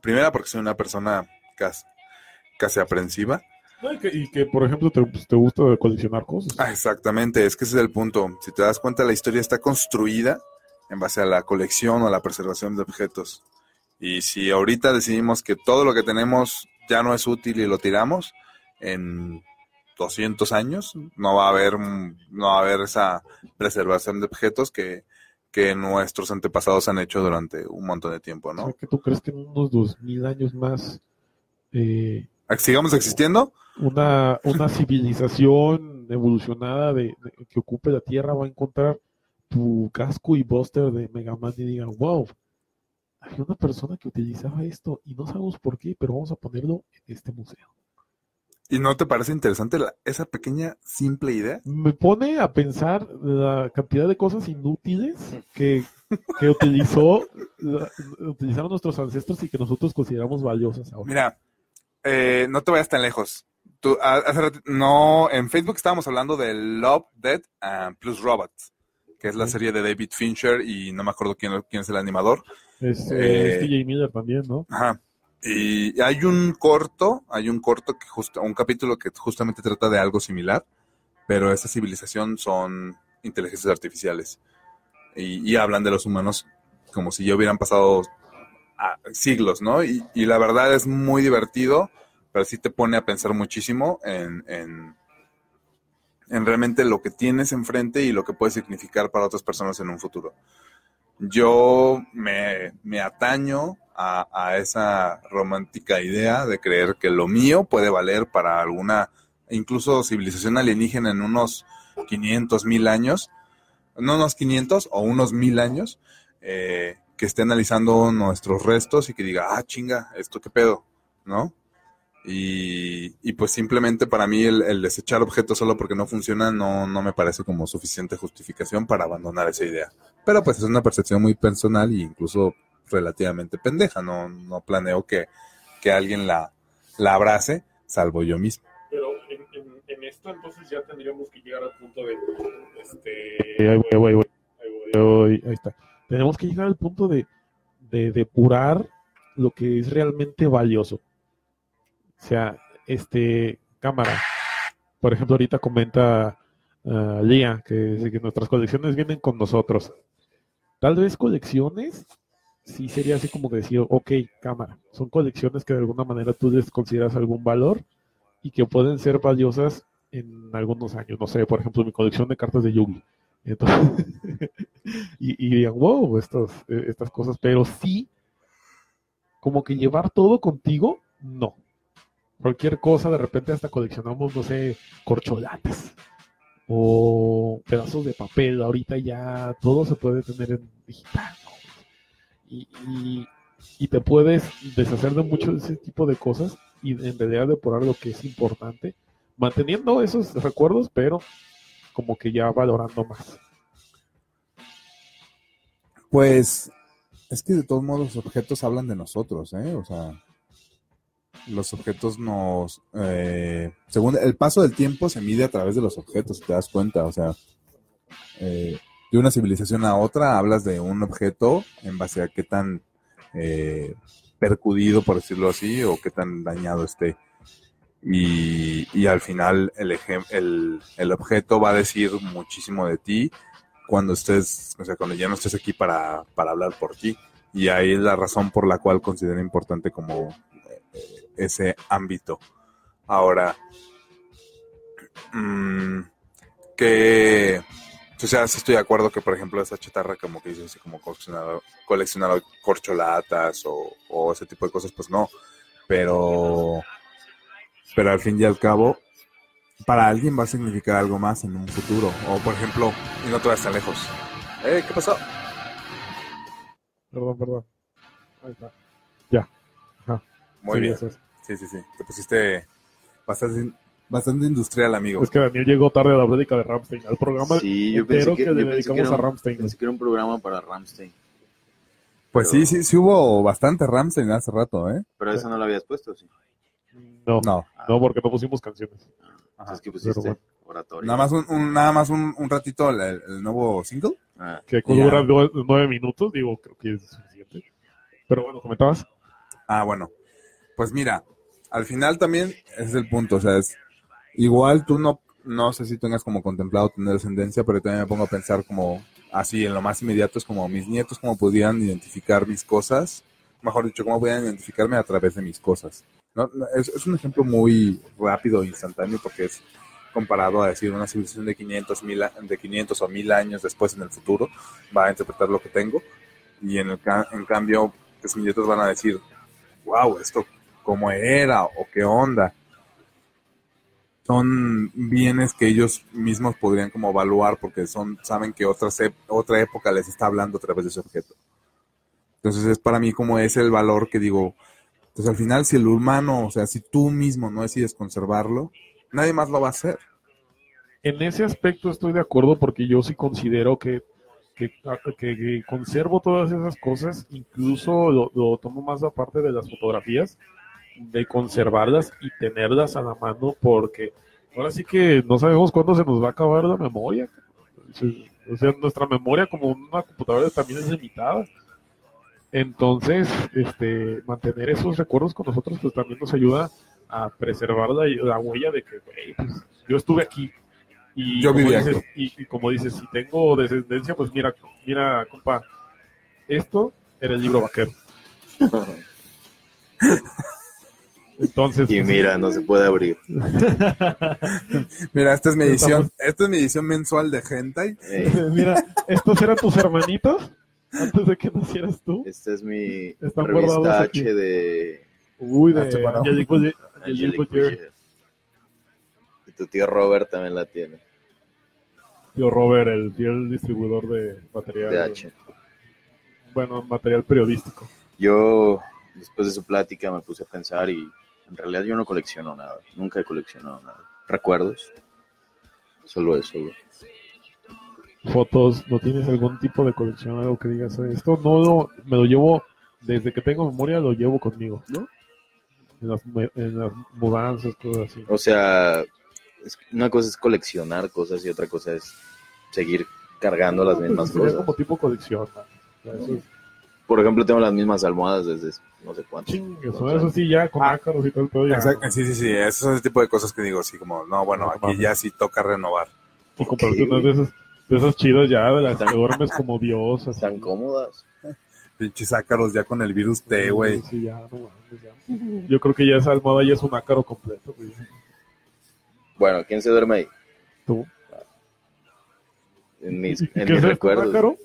Primera, porque soy una persona casi, casi aprensiva. No, y, que, y que, por ejemplo, te, pues, te gusta coleccionar cosas. Ah, exactamente, es que ese es el punto. Si te das cuenta, la historia está construida en base a la colección o a la preservación de objetos. Y si ahorita decidimos que todo lo que tenemos ya no es útil y lo tiramos, en 200 años no va a haber, no va a haber esa preservación de objetos que, que nuestros antepasados han hecho durante un montón de tiempo, ¿no? O sea, que tú crees que en unos 2000 años más... Eh, ¿Sigamos existiendo? Una, una civilización evolucionada de, de- que ocupe la Tierra va a encontrar tu casco y buster de Mega Man y diga, wow, había una persona que utilizaba esto y no sabemos por qué, pero vamos a ponerlo en este museo. ¿Y no te parece interesante la- esa pequeña, simple idea? me pone a pensar la cantidad de cosas inútiles que, que utilizó la- utilizaron nuestros ancestros y que nosotros consideramos valiosas ahora. Mira, eh, no te vayas tan lejos. Tú, ha- hace rato- no, en Facebook estábamos hablando de Love, Death and Plus Robots, que es la Sí. serie de David Fincher y no me acuerdo quién, quién es el animador. Es, eh, Este, es TJ Miller también, ¿no? Ajá. Y hay un corto, hay un corto que justo, un capítulo que justamente trata de algo similar, pero esa civilización son inteligencias artificiales y, y hablan de los humanos como si ya hubieran pasado ah, siglos, ¿no? Y, y la verdad es muy divertido, pero sí te pone a pensar muchísimo en, en, en realmente lo que tienes enfrente y lo que puede significar para otras personas en un futuro yo me, me ataño a, a esa romántica idea de creer que lo mío puede valer para alguna, incluso civilización alienígena en unos 500 mil años, no unos 500 o unos mil años, eh, que esté analizando nuestros restos y que diga, ah, chinga, esto qué pedo, ¿no? Y, y pues simplemente para mí el, el desechar objetos solo porque no funciona no, no me parece como suficiente justificación para abandonar esa idea. Pero pues es una percepción muy personal e incluso relativamente pendeja. No, no planeo que, que alguien la, la abrace, salvo yo mismo. Pero en, en- en esto entonces ya tendríamos que llegar al punto de... Eh, Este, ahí voy, ahí voy, ahí voy, ahí voy. ahí voy, ahí está. Tenemos que llegar al punto de, de depurar lo que es realmente valioso. O sea, este, cámara. Por ejemplo, ahorita comenta ah, Lía que, dice que nuestras colecciones vienen con nosotros. Tal vez colecciones, sí sería así como decir, ok, cámara, son colecciones que de alguna manera tú les consideras algún valor y que pueden ser valiosas en algunos años. No sé, por ejemplo, mi colección de cartas de Yugi. Entonces, y, y digan, wow, estos, eh, estas cosas, pero sí, como que llevar todo contigo, no. Cualquier cosa, de repente hasta coleccionamos, no sé, corcholatas o pedazos de papel. Ahorita ya todo se puede tener en digital. ¿no? Y, y- y te puedes deshacer de mucho de ese tipo de cosas y en realidad depurar lo que es importante, manteniendo esos recuerdos, pero como que ya valorando más. Pues es que de todos modos los objetos hablan de nosotros, ¿eh? O sea, los objetos nos... eh, según el paso del tiempo se mide a través de los objetos, si te das cuenta, o sea, eh, de una civilización a otra hablas de un objeto en base a qué tan eh, percudido, por decirlo así, o qué tan dañado esté. Y, y al final el, ejem- el, el objeto va a decir muchísimo de ti cuando estés, o sea, cuando ya no estés aquí para, para hablar por ti. Y ahí es la razón por la cual considero importante como eh, eh, ese ámbito. Ahora, mm, que, o sea, sí estoy de acuerdo que, por ejemplo, esa chatarra como que dices, como coleccionar, coleccionar corcholatas o, o ese tipo de cosas, pues no. Pero, pero al fin y al cabo, para alguien va a significar algo más en un futuro. O, por ejemplo, y no te vayas tan lejos. Eh, ¿qué pasó? Perdón, perdón. Ahí está. Muy Sí, bien. eso es. Sí, sí, sí. Te pusiste bastante, bastante industrial, amigo. Es que Daniel llegó tarde a la plática de Ramstein, al programa Sí, yo pensé entero que, que, yo le pensé dedicamos que era a un- Ramstein. pensé que era un programa para Ramstein. Pues sí, sí, sí hubo bastante Ramstein hace rato, ¿eh? Pero esa no la habías puesto, ¿sí? No, no, No. porque no pusimos canciones. Entonces, ¿qué pero pusiste? Oratorio. Nada más un, un- nada más un, un ratito el, el nuevo single. Ah, Que Ya. dura nue- nueve minutos, digo, creo que es suficiente. Pero bueno, comentabas. Ah, bueno. Pues mira, al final también ese es el punto, o sea, es igual tú no, no sé si tengas como contemplado tener descendencia, pero yo también me pongo a pensar como así, en lo más inmediato es como mis nietos, cómo pudieran identificar mis cosas, mejor dicho, cómo pudieran identificarme a través de mis cosas. ¿no? No, Es, es un ejemplo muy rápido e instantáneo porque es comparado a decir una civilización de 500, mil, a- de 500 o 1000 años después en el futuro, va a interpretar lo que tengo y en, el ca- en cambio, pues mis nietos van a decir, wow, esto cómo era o qué onda. Son bienes que ellos mismos podrían como evaluar porque son, saben que otra, se- otra época les está hablando a través de ese objeto. Entonces es para mí como es el valor que digo, entonces al final si el humano, o sea, si tú mismo no decides conservarlo, nadie más lo va a hacer. En ese aspecto estoy de acuerdo porque yo sí considero que, que, que- que conservo todas esas cosas, incluso lo, lo tomo más aparte de las fotografías, de conservarlas y tenerlas a la mano porque ahora sí que no sabemos cuándo se nos va a acabar la memoria. Sí, O sea, nuestra memoria como una computadora también es limitada. Entonces, este, mantener esos recuerdos con nosotros pues también nos ayuda a preservar la, la huella de que, güey, pues, yo estuve aquí. Y Yo como viví dices, y, y como dices, si tengo descendencia, pues mira, mira, compa, esto era el libro vaquero. Entonces, Y pues, mira, no se puede abrir. Mira, esta es mi Pero edición, esta es mi edición mensual de Hentai. Eh, mira, estos eran tus hermanitos antes de que nacieras tú. esta es mi Están guardados revista aquí. H de Uy, de Ah, separado. Angelique Boyer- Angelique Angelique Boyer. Boyer. Y tu tío Robert también la tiene, Tío Robert, el fiel distribuidor de material. de H. Bueno, material periodístico. Yo, después de su plática, me puse a pensar y en realidad yo no colecciono nada. Nunca he coleccionado nada. Recuerdos. Solo eso. güey. Fotos, ¿no tienes algún tipo de colección, algo que digas? Esto no lo- me lo llevo, desde que tengo memoria lo llevo conmigo, ¿no? En las, mu- en las mudanzas, cosas así. O sea, es- una cosa es coleccionar cosas y otra cosa es seguir cargando las Pues, mismas sería cosas. como tipo colección. ¿no? O sea, eso es- Por ejemplo, tengo las mismas almohadas desde no sé cuánto. chingue, o sea, eso sí, ya Ah, con ácaros y todo el pedo, ya, Exacto, Sí, sí, sí, esos son el tipo de cosas que digo, sí, como, no, bueno, aquí ya sí toca renovar. Y comprarte Ok, unas de esas, de esas chidas ya, de las que Están- duermes como dios. así. Están cómodas. Pinches ácaros ya con el virus eh, T, güey. Sí, ya, no mames, ya. Yo creo que ya esa almohada ya es un ácaro completo, güey. Bueno, ¿quién se duerme ahí? Tú. En mis, ¿Y qué en es mis esto, recuerdos. un ácaro?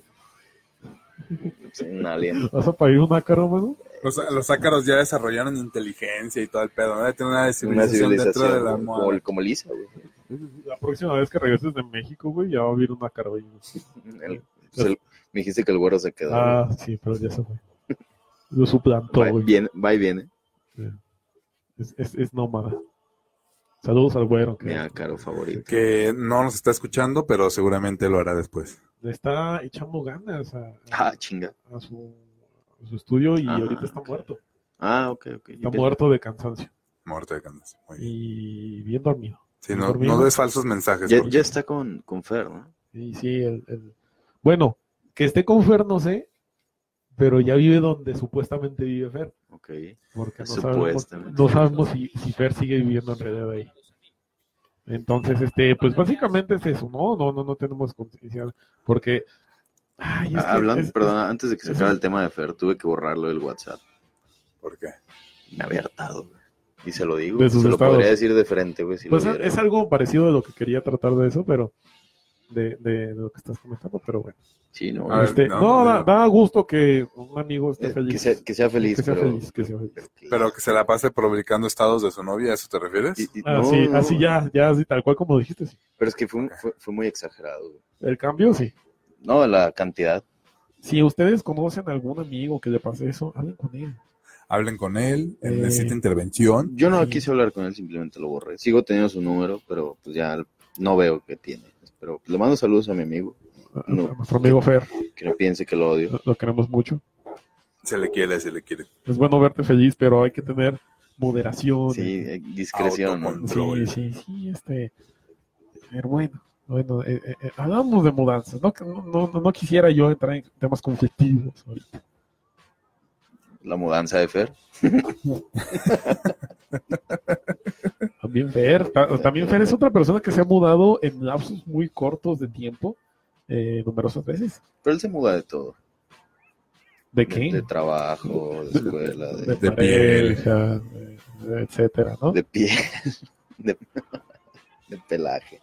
Sí, un alien. ¿Vas a parir un ácaro, mano? Los, los ácaros ya desarrollaron inteligencia y todo el pedo, ¿no? Tienen una Una civilización, dentro de civilización. la güey, almohada. Como, como Lisa, güey. La próxima vez que regreses de México, güey, ya va a haber un ácaro ahí. El- pues el- me dijiste que el güero se quedó. Ah, sí, pero ya se fue. Lo suplantó, va, y güey. viene, va y viene. Es, es, es nómada. Saludos al güero. Mi Que ácaro favorito. Que no nos está escuchando, pero seguramente lo hará después. le está echando ganas a, a- Ah, chinga. a su, a su estudio y Ah, ahorita está muerto. Ah, ok, ok. Está muerto de cansancio Muerto de Candace. Muy bien. y bien dormido. Sí, no, dormido. no des falsos mensajes. Ya, porque- ya está con, con Fer, ¿no? Sí, sí, el, el- Bueno, que esté con Fer, no sé, pero ya vive donde supuestamente vive Fer, Ok. porque no sabemos, Supuestamente. no sabemos si, si Fer sigue viviendo alrededor de ahí. Entonces, este, pues básicamente es eso, ¿no? No, no, no tenemos conciencia, porque... Ay, es que Hablando, es- perdón, antes de que se acabe el tema de Fer, tuve que borrarlo del WhatsApp. ¿Por qué? Me había hartado, güey. Y se lo digo. De Se sus lo estados. podría decir de frente, güey. Si Pues lo es, viera. es algo parecido de lo que quería tratar de eso, pero... De, de, de lo que estás comentando, pero bueno. Sí, no. A ver, Este, no, no, da, no. da gusto que un amigo esté eh, feliz. que, sea, que sea feliz, que sea pero. feliz, que sea feliz. ¿Pero que se la pase publicando estados de su novia? ¿A eso te refieres? Y- y- no, Así, no, Ah, así ya, ya así, tal cual como dijiste. sí. Pero es que fue, un- fue, fue muy exagerado. güey. El cambio, sí. No, la cantidad. Si ustedes conocen a algún amigo que le pase eso, hablen con él. Hablen con él, él Eh. necesita intervención. Yo no Sí. quise hablar con él, simplemente lo borré. Sigo teniendo su número, pero pues ya no veo que tiene. Pero le mando saludos a mi amigo, A- a- No. A nuestro amigo Fer, que no piense que lo odio. lo, lo queremos mucho. Se le quiere, se le quiere. Es bueno verte feliz, pero hay que tener moderación. Sí, eh, discreción. ¿no? sí, Autocontrol. sí, sí, este. Pero bueno, bueno, eh, eh, eh, hablamos de mudanzas. No, no, no, no quisiera yo entrar en temas conflictivos. ahorita. la mudanza de Fer. También Fer, ta- también Fer es otra persona que se ha mudado en lapsos muy cortos de tiempo, eh, numerosas veces. Pero él se muda de todo. ¿De De- qué? De, trabajo, de escuela, de, de pareja, de- etcétera, ¿no? de pie, de, de pelaje.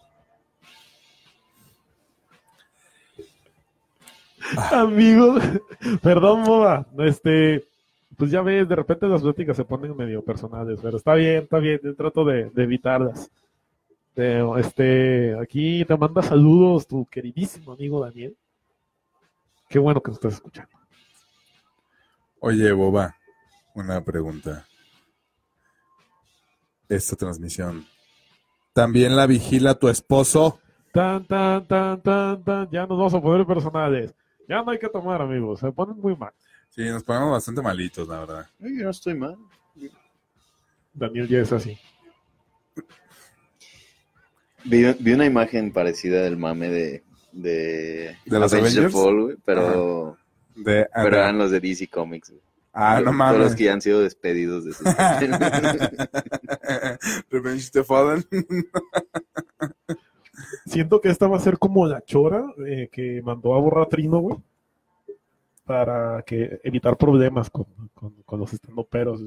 Amigos, perdón, boba, este, pues ya ves, de repente las pláticas se ponen medio personales, pero está bien, está bien, yo trato de, de evitarlas. Pero, este, aquí te manda saludos tu queridísimo amigo Daniel. Qué bueno que nos estás escuchando. Oye, Boba, una pregunta. Esta transmisión, ¿también la vigila tu esposo? Tan, tan, tan, tan, tan, ya nos vamos a poner personales. Ya no hay que tomar, amigos, se ponen muy mal. Sí, nos ponemos bastante malitos, la verdad. Ay, Yo no estoy mal. Daniel ya es así. Vi, vi una imagen parecida del mame de. ¿De, ¿De los Avengers? Fall, güey, pero, De, pero eran los de DC Comics. güey. ah, Todos no los mames. que ya han sido despedidos de sus. Revenge the Fallen. Siento que esta va a ser como la chora eh, que mandó a borrar Trino, güey. Para que evitar problemas con, con, con los estandoperos.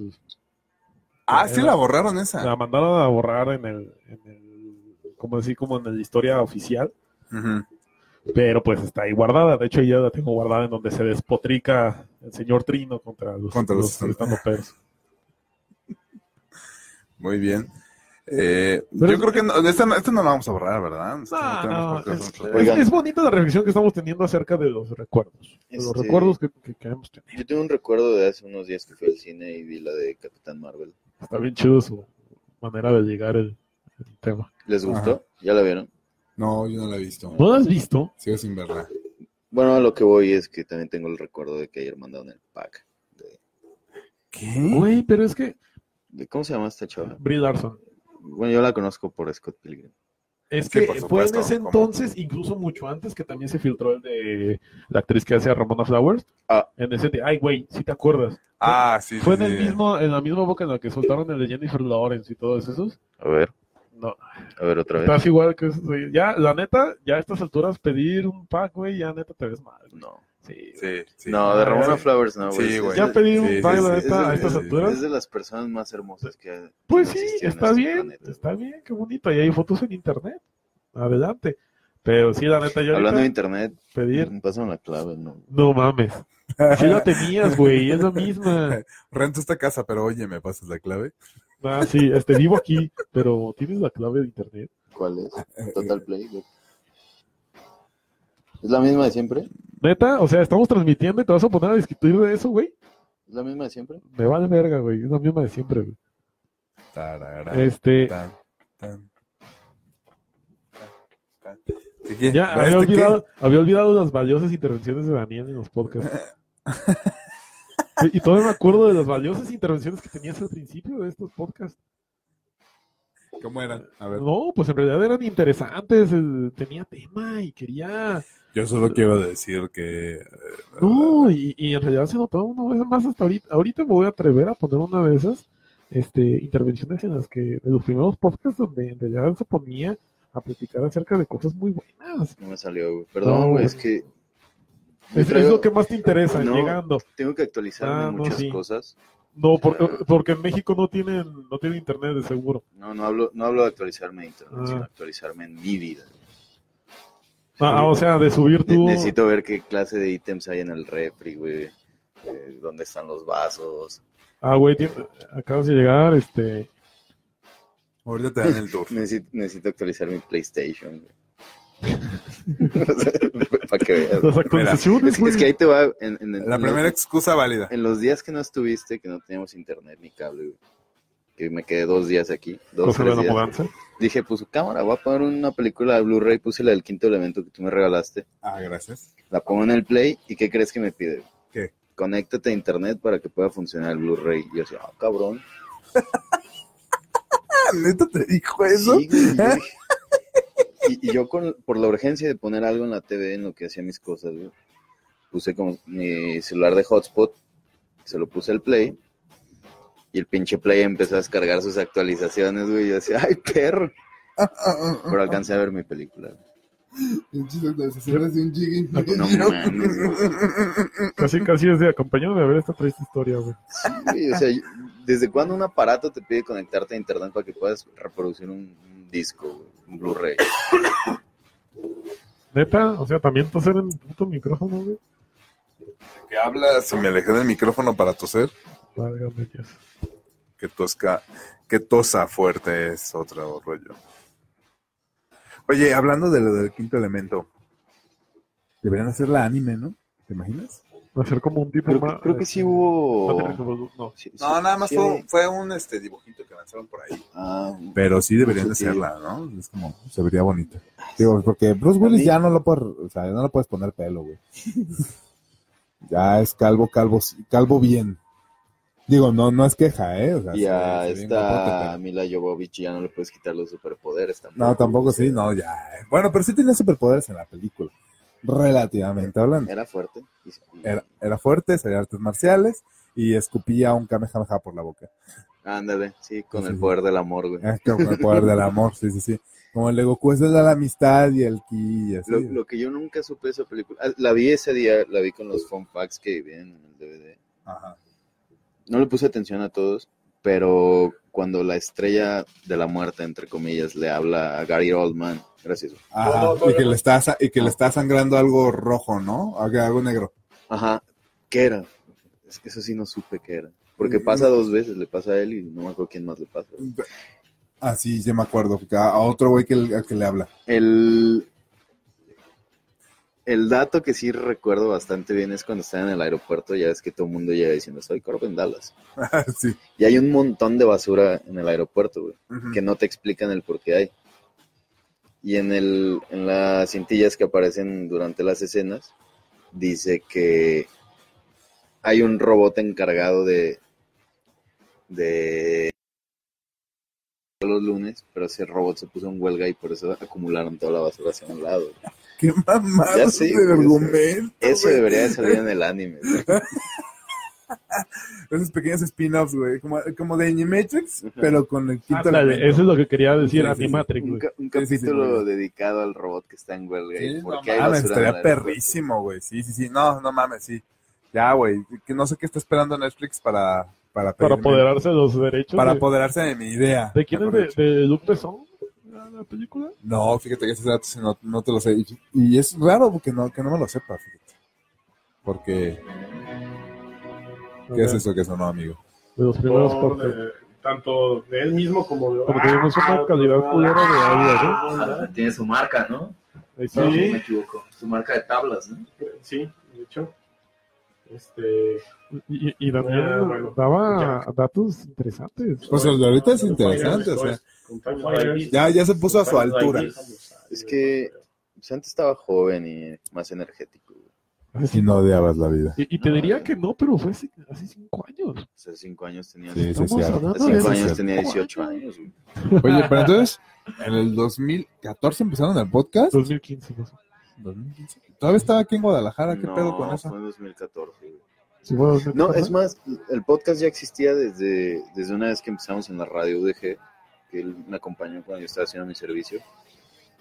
Ah, sí la borraron esa. La mandaron a borrar en el, en el- como decir, como en la historia oficial. Ujú. Pero pues está ahí guardada. De hecho, ya la tengo guardada en donde se despotrica el señor Trino contra los, Contra los los estandoperos. Muy bien. Eh, Pero- yo creo que no, esta, no- esta no la vamos a borrar, ¿verdad? Esta No, tenemos no, por qué es, hacer- Oigan. es bonita la reflexión que estamos teniendo acerca de los recuerdos. De los Este- recuerdos que, que queremos tener. Yo tengo un recuerdo de hace unos días que fui al cine y vi la de Capitán Marvel. Está bien chido su manera de llegar el, el tema. ¿Les gustó? ¿Ya la vieron? No, yo no la he visto. ¿No lo has visto? Sigo sin verla. Bueno, a lo que voy es que también tengo el recuerdo de que ayer mandaron el pack. De, ¿Qué? Güey, pero es que de- ¿Cómo se llama esta chava? Brie Larson. Bueno, yo la conozco por Scott Pilgrim. Es Sí, que por fue en supuesto, ese ¿cómo? entonces, incluso mucho antes, que también se filtró el de la actriz que hace a Ramona Flowers. Ah. En ese de, ay, güey, si te acuerdas. Ah, sí. Fue sí, en, el sí. mismo, en la misma boca en la que soltaron el de Jennifer Lawrence y todos esos. A ver, No, a ver otra vez. estás igual que eso. güey. Ya, la neta, ya a estas alturas pedir un pack, güey, ya neta te ves mal. güey. No. Sí. Sí, sí. no, de Ramona Sí. Flowers no, güey. Sí, Es- güey. Ya Es, pedir un Sí, sí, pack, la sí, neta, sí, a estas sí, sí. alturas. es de las personas más hermosas que Pues no sí, existieron en está este bien, planeta. está bien, qué bonito. Y hay fotos en internet. Adelante. Pero sí, la neta, yo Hablando de ahorita internet, pedir. pasan la clave, ¿no? No mames. Sí la tenías, güey, es la misma. Rento esta casa, pero oye, ¿me pasas la clave? Ah, sí, este vivo aquí, pero tienes la clave de internet. ¿Cuál es? Total Play. güey. ¿Es la misma de siempre? Neta, o sea, estamos transmitiendo y te vas a poner a discutir de eso, güey. ¿Es la misma de siempre? Me vale verga, güey. Es la misma de siempre, güey. Tarara, Este, tan, tan, tan, tan. ¿Qué, qué? ya ¿Este había qué? olvidado, había olvidado las valiosas intervenciones de Daniel en los podcasts. Y y todavía me acuerdo de las valiosas intervenciones que tenías al principio de estos podcasts. ¿Cómo era? A ver. No, pues en realidad eran interesantes, eh, tenía tema y quería... Yo solo quiero decir que... eh, No, y, y en realidad se notó una vez más hasta ahorita. Ahorita me voy a atrever a poner una de esas este, intervenciones en las que, de los primeros podcasts donde en realidad se ponía a platicar acerca de cosas muy buenas. No me salió, güey. No, Perdón, güey, güey. es que Es, Yo es traigo- lo que más te interesa, No. llegando. tengo que actualizarme Ah, en no, muchas sí. cosas. No, Ah. por- porque en México no tienen, no tienen internet de seguro. No, no hablo, no hablo de actualizarme en internet, Ah. sino actualizarme en mi vida. Ah, o sea, de subir Ne- tu... necesito ver qué clase de ítems hay en el refri, güey. Eh, dónde están los vasos. Ah, güey, tiene- acabas de llegar, este... Ahorita te dan el tour. Necesito, necesito actualizar mi PlayStation, güey. O sea, Para que veas. Las actualizaciones, Es, que- güey. es que ahí te va. En, en- en La los- primera excusa válida. en los días que no estuviste, que no teníamos internet ni cable, güey, que me quedé dos días aquí, dos Cosa de tres la días, mudanza. dije, pues cámara, voy a poner una película de Blu-ray, puse la del quinto elemento que tú me regalaste, Ah, gracias. la pongo en el play y ¿qué crees que me pide? ¿Qué? Conéctate a internet para que pueda funcionar el Blu-ray. Y yo decía, ah, cabrón. Ah, ¿neta te dijo eso? Sí, güey, y yo dije- y, y yo con, por la urgencia de poner algo en la TV en lo que hacía mis cosas, güey, puse como mi celular de hotspot, se lo puse al Play. Y el pinche Play empezó a descargar sus actualizaciones, güey. Yo decía, ay, perro. Pero alcancé a ver mi película. Pinches actualizaciones de un giga y No, no medio. mames, güey. Casi, casi es de acompañado de ver esta triste historia, güey. Sí, güey, o sea, yo- ¿desde cuándo un aparato te pide conectarte a internet para que puedas reproducir un, un disco, güey, un Blu-ray? Neta, o sea, también toser en puto micrófono, güey. ¿Qué hablas? Si me alejé del micrófono para toser, Válgame Dios. que tosca, que tosa fuerte es otro rollo. Oye, hablando de lo del quinto elemento, deberían hacerla anime, ¿no? ¿Te imaginas? Va a ser como un tipo Creo más. que, creo que sí Patrick hubo... Roberts, No, sí- sí- No, nada más sí fue, hay- fue un este dibujito que lanzaron por ahí. Ah, Pero sí deberían Sí. hacerla, ¿no? Es como, se vería bonita. Digo, porque Bruce A Willis mí- ya no lo puedes, o sea, ya no le puedes poner pelo, güey. ya es calvo, calvo, sí- calvo bien. Digo, no, no es queja, ¿eh? O sea, y a se- se ve bien guapote, esta pero- Mila Jovovich ya no le puedes quitar los superpoderes tampoco. No, tampoco sí, no, ya. eh. Bueno, pero sí tenía superpoderes en la película. Relativamente hablando. Era fuerte. y- y- Era, era fuerte, sabía artes marciales y escupía un kamehameha por la boca. Ándale, sí, con Sí, el sí. Ah, poder del amor, güey. Es como el poder del amor, sí, sí, sí. Como el de Goku, esa es la amistad y el ki y así. Lo, lo que yo nunca supe de esa película, ah, la vi ese día, la vi con los fun facts que vienen en el DVD. Ajá. No le puse atención a todos, pero cuando la estrella de la muerte, entre comillas, le habla a Gary Oldman, gracias. güey. Ajá, y, que le está, sa- y que le está sangrando algo rojo, ¿no? Ah, Algo algo negro. Ajá, ¿qué era? Es que eso sí no supe qué era. Porque pasa dos veces, le pasa a él y no me acuerdo quién más le pasa. güey. Ah, Así, ya me acuerdo. A, a otro güey que, le- al que le habla. El, el dato que sí recuerdo bastante bien es cuando está en el aeropuerto, ya ves que todo el mundo llega diciendo, soy Corbin Dallas. Ah, sí. Y hay un montón de basura en el aeropuerto, güey, Ujú. que no te explican el por qué hay. Y en, el, en las cintillas que aparecen durante las escenas, dice que hay un robot encargado de, de los lunes, pero ese robot se puso en huelga y por eso acumularon toda la basura hacia un lado. Qué Ya mamada sé, de güey, argumento. Eso güey. debería de salir en el anime. güey. Esos pequeños spin-offs, güey. Como, como de Animatrix, Ajá. pero con el quinto Ándale, elemento. eso es lo que quería decir Sí, sí, sí. Animatrix, Un, güey. ca- un Sí, sí, sí, capítulo güey. dedicado al robot que está en huelga. y Sí, por no qué hay basura en mames, el Ah, estaría aeropuerto. perrísimo, güey. Sí, sí, sí. No, no mames, sí. Ya, güey. Que no sé qué está esperando Netflix para para, Para pedirme- apoderarse de los derechos. para de, apoderarse de mi idea. ¿De quién es? mejor ¿De, dicho. de Luke Besson? ¿La la película? No, fíjate que ese dato sí no, no te lo sé. Y, y es raro porque no, que no me lo sepa, fíjate. Porque, ¿qué es eso que sonó, amigo? De los primeros Oh, Por, cortes. eh, tanto de él mismo como de... ah, Porque vimos Ah. una calidad culera de audio, Ah, Tiene su marca, ¿no? ¿no? Si No Sí. me equivoco. Su marca de tablas, ¿no? Sí, de hecho. Este, Y, y también Ah, bueno. daba datos interesantes. Pues el de ahorita es interesante, o sea. con Time Flyers, Ya, ya se puso a su altura. Es que- Pues antes estaba joven y más energético. güey. Y no odiabas la vida. Y, y te diría que no, pero fue hace, hace cinco años. Hace cinco años tenía, Sí, sí, Estamos sí. Ah, hablando hace de cinco hace años sí. tenía cinco 18 años. años. güey. Oye, pero entonces, en el 2014 empezaron el podcast. 2015. no sé. 2015. Todavía estaba aquí en Guadalajara, ¿qué No, pues. pedo con eso? Fue en 2014. güey. Sí, bueno, ¿dónde No, está? es más, el podcast ya existía desde, desde una vez que empezamos en la radio UDG, que él me acompañó cuando yo estaba haciendo mi servicio.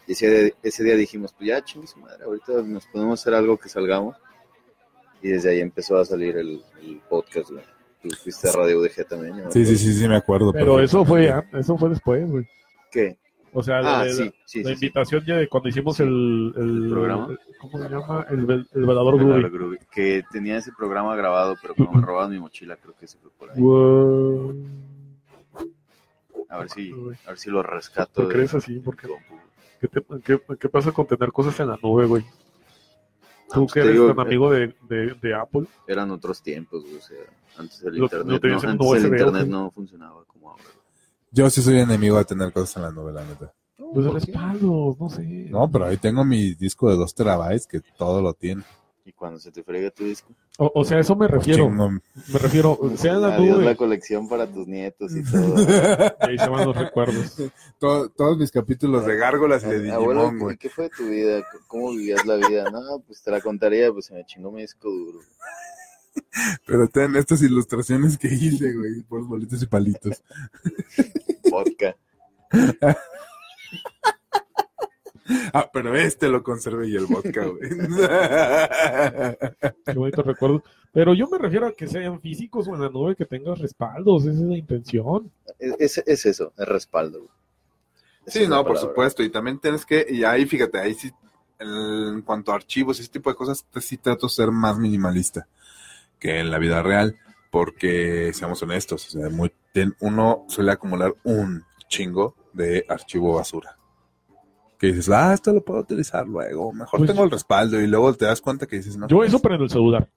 Y ese, día- ese día dijimos, pues ya, chingue su madre, ahorita nos podemos hacer algo que salgamos. Y desde ahí empezó a salir el, el podcast, güey. Tú fuiste a Radio UDG también. yo me Sí, sí, acuerdo. sí, sí, me acuerdo. Pero eso fue, perfectamente. an- eso fue después, güey. ¿Qué? O sea, la- Ah, la- sí, sí, la sí, sí. invitación ya de cuando hicimos Sí. el, el, ¿El programa? ¿Cómo se llama? El, vel- el velador Claro, Groovy. Groovy, Que tenía ese programa grabado, pero como me robaron mi mochila, creo que se fue por ahí. Wow. A ver si, Uy. a ver si lo rescato. ¿Por de- qué eres así? ¿Por qué? compu. ¿Qué, te- qué- qué pasa con tener cosas en la nube, güey? Tú pues que te eres digo tan que- amigo de, de, de Apple. Eran otros tiempos, o sea, antes el Lo- lo internet, tenías en no, antes el USB, internet ¿o qué? no funcionaba como ahora. Yo sí soy enemigo de tener cosas en la novela, neta. Los respaldos, no sé. No, pero ahí tengo mi disco de 2 terabytes que todo lo tiene. Y cuando se te frega tu disco, O, o sea, eso Pues me refiero. Chingo. Me refiero, sea en la adiós la nube. colección para tus nietos y todo. y Ahí se van los recuerdos. Todo- todos mis capítulos de Gárgolas y de ah, Abuelo, Digimon, ¿y güey. ¿qué fue de tu vida? ¿Cómo vivías la vida? No, pues te la contaría, pues se me chingó mi disco duro. Pero ten estas ilustraciones que hice, güey, por boletos y palitos. Vodka. Ah, pero este lo conservé y el vodka, güey. Qué bonito recuerdo. Pero yo me refiero a que sean físicos o en la nube que tengas respaldos. Esa es la intención. Es, es- es eso, el respaldo. güey. Esa Sí, es la no, por palabra. supuesto. Y también tienes que, y ahí fíjate, ahí sí, en cuanto a archivos y ese tipo de cosas, te- sí trato de ser más minimalista que en la vida real, porque seamos honestos, o sea, muy- ten- uno suele acumular un chingo de archivo basura. Que dices, ah, esto lo puedo utilizar luego, mejor Pues- tengo el respaldo, y luego te das cuenta que dices, no. Yo eso, pero en el celular.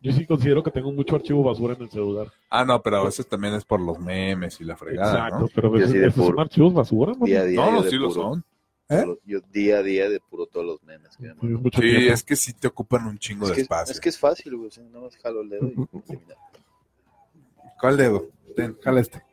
Yo sí considero que tengo mucho archivo basura en el celular. Ah, no, pero a veces también es por los memes y la fregada, Exacto, Pues ¿no? pero a veces- sí de esos son puro. archivos basura, ¿no? Día a día. No, yo no, de sí lo puro- son. solo- yo día a día de puro todos los memes. que me mandan. Tuvimos Pues mucho Sí, tiempo. es que sí te ocupan un chingo Es de que, espacio. es que es fácil, güey. o sea, nada más jalo el dedo y eliminar. ¿Cuál dedo? Ten, jala este.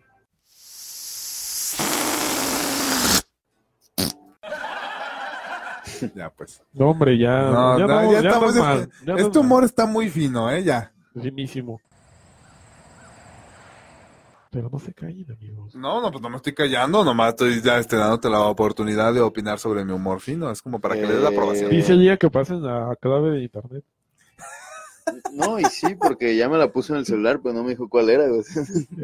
ya, pues. No, hombre, ya. No, ya no, vamos- ya ya estamos- andas mal, ya andas Este mal. humor está muy fino, ¿eh? Ya. Finísimo. Pero no se callen, amigos. No, no, pues no me estoy callando, nomás estoy ya este, dándote la oportunidad de opinar sobre mi humor fino. Es como para que le des la aprobación. Eh. Dice el día que pasen la clave de internet. No, y sí, porque ya me la puso en el celular, pero no me dijo cuál era. güey. Eso.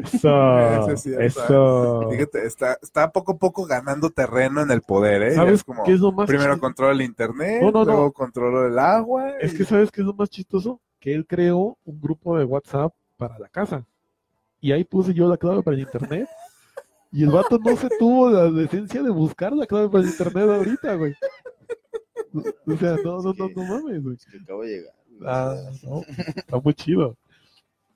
Eso sí, eso. Fíjate, está, está poco a poco ganando terreno en el poder, ¿eh? Ya ¿Sabes es como, qué es lo más primero chistoso? controlo el internet, No, no, no. luego controlo el agua. Es y- que ¿sabes qué es lo más chistoso? Que él creó un grupo de WhatsApp para la casa. Y ahí puse yo la clave para el internet. Y el vato no se tuvo la decencia de buscar la clave para el internet ahorita, güey. O sea, no, no, no, no mames, güey. Es que acabo de llegar. güey. Ah, no, está muy chido.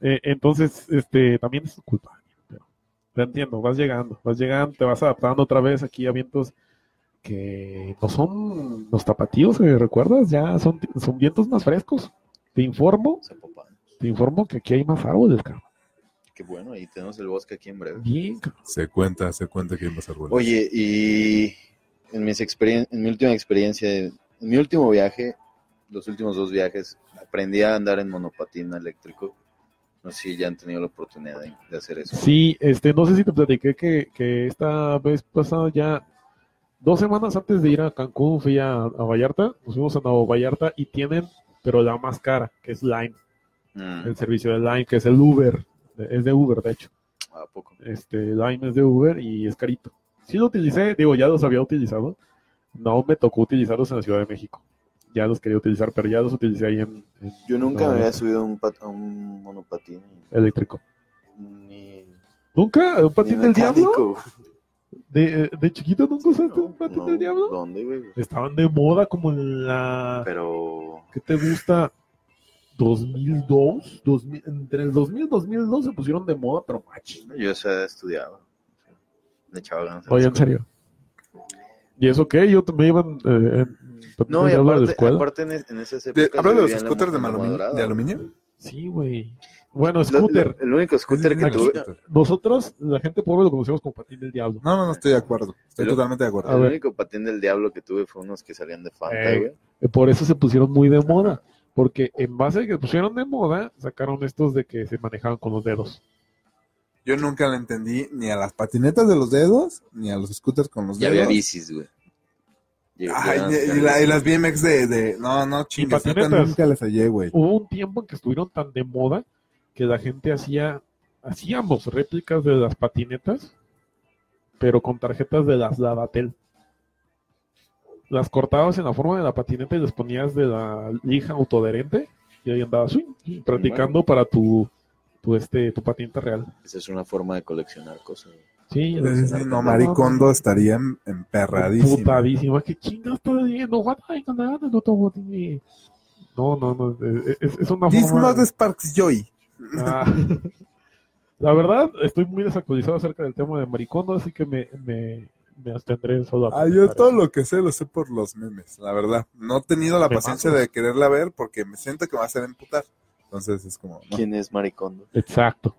Eh, entonces, este, también es su culpa. Pero, te entiendo, vas llegando, vas llegando, te vas adaptando otra vez aquí a vientos que no son los tapatíos, eh, ¿recuerdas? Ya son, son vientos más frescos. Te informo, Zapopan. te informo que aquí hay más árboles, cabrón. Qué bueno, ahí tenemos el bosque aquí en breve. Bien, cabrón. Se cuenta, se cuenta que hay más árboles. Oye, y en, mis experien- en mi última experiencia, en mi último viaje, los últimos dos viajes, aprendí a andar en monopatín eléctrico. No sé si ya han tenido la oportunidad de, de hacer eso. Sí, este, no sé si te platiqué que, que esta vez pasada ya, dos semanas antes de ir a Cancún, fui a, a Vallarta, nos fuimos a Nuevo Vallarta y tienen, pero la más cara, que es Lime, Mm, el servicio de Lime, que es el Uber, de- es de Uber, de hecho. ¿A poco? Este, Lime es de Uber y es carito. Sí lo utilicé, digo, ya los había utilizado, no me tocó utilizarlos en la Ciudad de México. Ya los quería utilizar, pero ya los utilicé ahí en, en Yo nunca No, me no. había subido a un, pat- a un monopatín. eléctrico. Ni, ¿Nunca? ¿Un patín ni del diablo? mecánico. ¿De, de chiquito nunca usaste un patín No, del diablo? ¿Dónde, güey? Estaban de moda como en la... Pero ¿Qué te gusta? 2002, 2000, entre el 2000 y 2002 se pusieron de moda, pero machín. yo ya estudiaba. Le echaba ganas. a la Oye, en escuela. serio. ¿Y eso qué? Yo me iban eh, en patín No, del y diablo a la aparte, escuela. aparte en, es- en esas De- épocas... ¿Habla yo de los vivía en la scooters de, Montaña malumi- Dorada, de aluminio? Sí, güey. Bueno, Lo- lo- scooter. el único scooter que Aquí. tuve, Nosotros, la gente pobre, lo conocemos como patín del diablo. No, no, no estoy de acuerdo. Estoy Pero- totalmente de acuerdo. A el ver. único patín del diablo que tuve fue unos que salían de Fanta, Ey. güey. Eh, Por eso se pusieron muy de moda. Porque en base a que pusieron de moda, sacaron estos de que se manejaban con los dedos. Yo nunca la entendí ni a las patinetas de los dedos, ni a los scooters con los Y dedos. había bicis, güey. Y- Ay, eran- y, y eran la- y bicis. las BMX de, de- No, no, chingas. neta, patinetas. Nunca las hallé, güey. hubo un tiempo en que estuvieron tan de moda que la gente hacía, hacíamos réplicas de las patinetas, pero con tarjetas de las Lavatel. Las cortabas en la forma de la patineta y les ponías de la lija autoadherente y ahí andabas swing, practicando para tu, tu, este, tu patineta real. Esa es una forma de coleccionar cosas, güey. Sí, Sí, sí, no, Maricondo estaría em- emperradísimo. Putadísima, que chingas todo diciendo, what I can do, no tengo ni-". No, no, no, es- es, es una This forma... not sparks joy. Ah. La verdad, estoy muy desactualizado acerca del tema de Maricondo, así que me, me, me abstendré solo. a Ah, yo comentar todo eso. lo que sé lo sé por los memes, la verdad. No he tenido la Memazos. paciencia de quererla ver porque me siento que me va a hacer emputar. Entonces es como... no. ¿Quién es Maricondo? Exacto.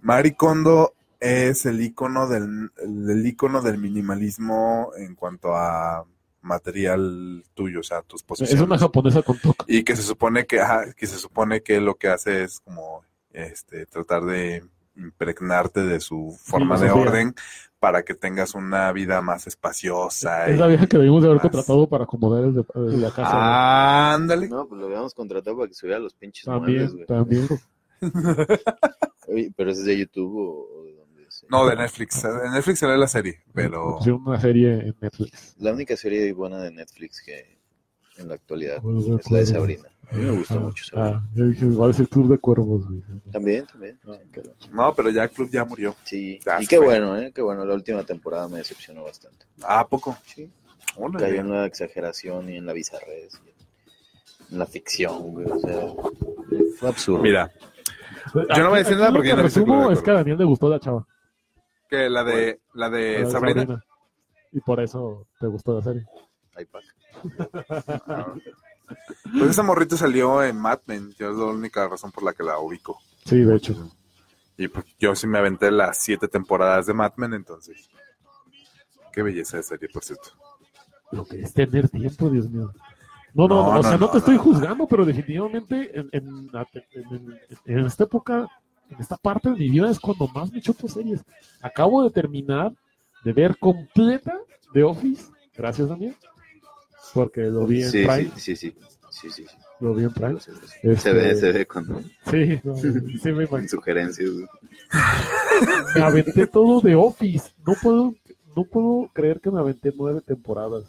Marie Kondo es el icono del el, el ícono del minimalismo en cuanto a material tuyo, o sea, tus Es posiciones. una japonesa con toque. y que se supone que, ajá, que se supone que lo que hace es como este tratar de impregnarte de su forma de Filosofía. orden para que tengas una vida más espaciosa. Es y- la vieja que debimos de Más. haber contratado para acomodar el de, el de la casa. güey. Ah, ándale. No, pues lo habíamos contratado para que subiera los pinches muebles, también, güey. también. Oye, pero ese es de YouTube o, o de dónde es? No, de Netflix. De Netflix sale la serie, pero Pusieron una serie en Netflix. La única serie buena de Netflix que en la actualidad Bueno, bueno, es la de bueno. Sabrina. A mí me gusta Ah, mucho Sabrina. Ah, yo dije, igual es el Club de Cuervos, güey. También, también. no, pero ya el club ya murió. Sí. Ah, Y sí. qué bueno, ¿eh? Qué bueno. La última temporada me decepcionó bastante. Ah, ¿a poco. Sí. Órale. Cayó en la exageración y en la bizarrez. y en la ficción, güey. O sea, fue absurdo. Mira, Yo no voy a decir Aquí nada ah, lo porque que yo no he visto el Club de resumo es Cuervos. que a Daniel le gustó la chava. que la de la Pues, la Eh, de de Sabrina. Y por eso te gustó la serie. Ay, pa. Pues esa morrita salió en Mad Men, yo es la única razón por la que la ubico. Sí, de hecho. Y pues yo sí me aventé las siete temporadas de Mad Men, entonces. Qué belleza de serie, por cierto. Lo que es tener tiempo, Dios mío. No, no, No, no, o sea, no, no, no, te no, estoy no. juzgando, pero definitivamente en, en la te- en- en- en esta época, en esta parte de mi vida es cuando más me choco series. Acabo de terminar de ver completa The Office. Gracias, Daniel. Porque lo vi en Sí, Prime. sí, sí, sí. Sí, sí, sí. Lo vi en Prime. Se Este- ve, se ve con, Sí, no, sí me imagino. con sugerencias. güey. Me aventé todo de Office. No puedo, no puedo creer que me aventé nueve temporadas.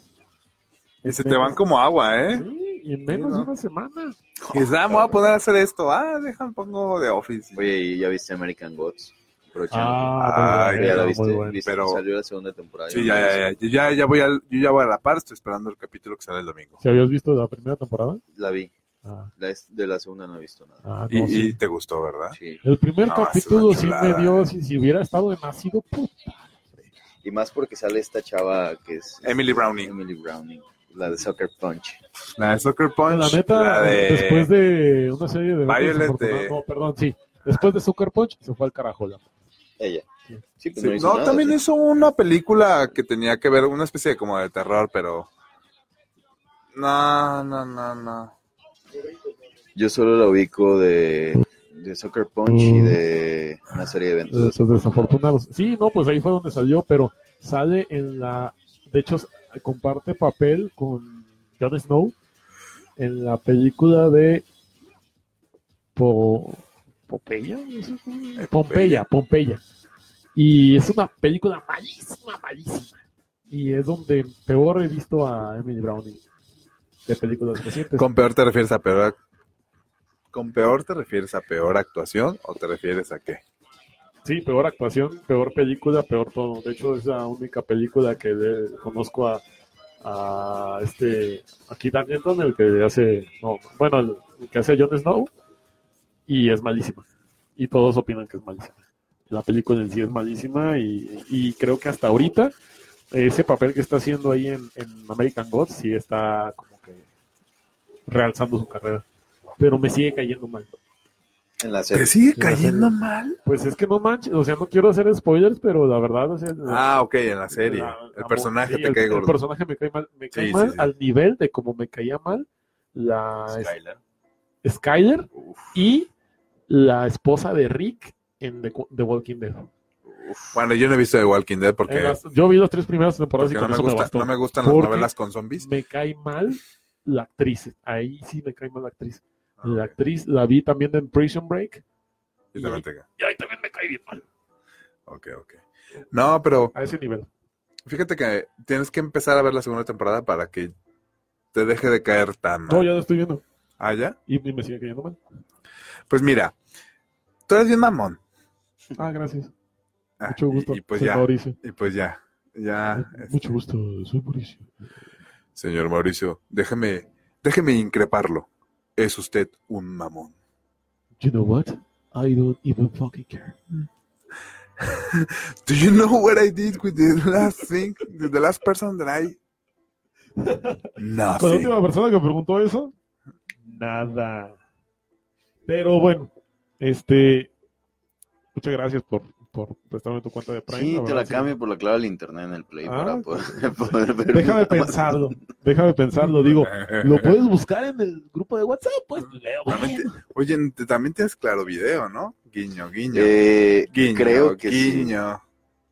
Y se te van como agua, ¿eh? Sí, y en menos Sí, ¿no? de una semana. Y dices, ah, me voy a poner a hacer esto. Ah, dejan, pongo de Office. Oye, ¿y ya viste American Gods? Aprovechando. Ah, Ay, muy ya bueno, la no, viste, muy bueno. viste, pero- salió la segunda temporada. Sí, no ya, la he ya, ya. Yo ya, ya voy al, yo ya voy a la par, estoy esperando el capítulo que sale el domingo. ¿Si habías visto la primera temporada? visto. La vi. Ah, La es- de la segunda no he visto nada. ah, Y, no, sí. y te gustó, ¿verdad? Sí. El primer No, capítulo es una sí me chulada. eh. dio, si, si hubiera estado en ácido, puta. Y más porque sale esta chava que es Emily Browning. Emily Browning, la de Soccer Punch. La de Soccer Punch. La neta, la de- después de una serie de... Violet desafortunadas- de- No, perdón, sí. Después de Sucker Punch, se fue al carajo. la- Ella. Sí. Sí, pues Sí, no, hizo no, nada, también sí. hizo una película que tenía que ver, una especie de como de terror, pero. No, no, no, no. Yo solo la ubico de, de Soccer Punch y de una serie de eventos. Esos desafortunados. pues, Sí, no, pues ahí fue donde salió, pero sale en la. De hecho, s- comparte papel con Jon Snow en la película de. Po- Popeya. no sé cómo- Pompeya, Pompeya. Y es una película malísima, malísima. Y es donde peor he visto a Emily Browning de películas recientes. ¿Con peor te refieres a peor? ¿Con peor te refieres a peor actuación o te refieres a qué? Sí, peor actuación, peor película, peor todo. De hecho, es la única película que le- conozco a, a este aquí Daniel el que hace, no, bueno, el, el que hace a Jon Snow y es malísima. Y todos opinan que es malísima. La película en sí es malísima y, y creo que hasta ahorita ese papel que está haciendo ahí en, en American Gods sí está como que realzando su carrera. Pero me sigue cayendo mal. En la serie. sigue cayendo mal? Pues es que no manches, o sea, no quiero hacer spoilers, pero la verdad, o sea, Ah, ok, en la serie. la- el la- personaje sí, te el- cae el gordo. personaje me cae mal, me cae Sí, mal sí, sí. al nivel de como me caía mal la es- Skylar. Skyler Uf, y la esposa de Rick en The, The Walking Dead. Bueno, yo no he visto The Walking Dead En porque, las- yo vi las tres primeras temporadas porque no, y con me eso me gusta- bastó. no me gustan las Porque- novelas con zombies. me cae mal la actriz. Ahí sí me cae mal la actriz. Ah, La ok. actriz la vi también en Prison Break Y también te cae. y ahí también me cae bien mal. Ok, ok. No, pero A ese nivel. Ah. fíjate que tienes que empezar a ver la segunda temporada para que te deje de caer tan mal. No, ya lo estoy viendo ¿Ah, ya? y, y me sigue cayendo mal. Pues mira, tú eres bien mamón. Ah, gracias. Ah, Mucho gusto. Y, y pues soy ya, Mauricio. y pues ya, ya, Mucho gusto, soy Mauricio. señor Mauricio, déjeme, déjeme increparlo. Es usted un mamón. You know what? I don't even fucking care. Do you know what I did with the last thing, with the last person that I? Con la Nothing. última persona que preguntó eso, nada. Pero bueno, este, muchas gracias por, por prestarme tu cuenta de Prime. Sí, te verdad, la cambio por la clave del internet en el Play Ah, para pues. poder, poder ver. Déjame pensarlo, déjame pensarlo, digo, lo puedes buscar en el grupo de WhatsApp, pues. Realmente- Oye, te- también tienes claro video, ¿no? Guiño, guiño. Eh, guiño, creo que sí. guiño,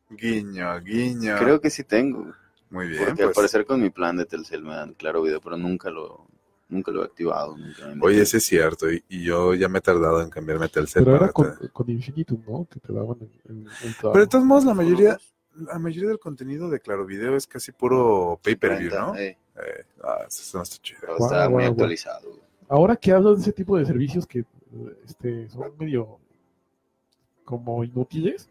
guiño, guiño. Creo que sí tengo. Muy bien, Porque al pues. parecer con mi plan de Telcel me dan claro video, pero nunca lo, nunca lo he activado. Nunca me he Oye, metido. ese es cierto. Y, y yo ya me he tardado en cambiarme a Telcel. Pero era para con, tener- con Infinitum, ¿no? Que te daban en, en, en cada- Pero de todos modos, la mayoría, la mayoría del contenido de Claro Video es casi puro pay-per-view, ¿no? Eh, Eh, ah, eso, eso no está chido. pero Guau, está muy guau, guau. actualizado. güey. Ahora que hablas de ese tipo de servicios que eh, este, son medio como inútiles,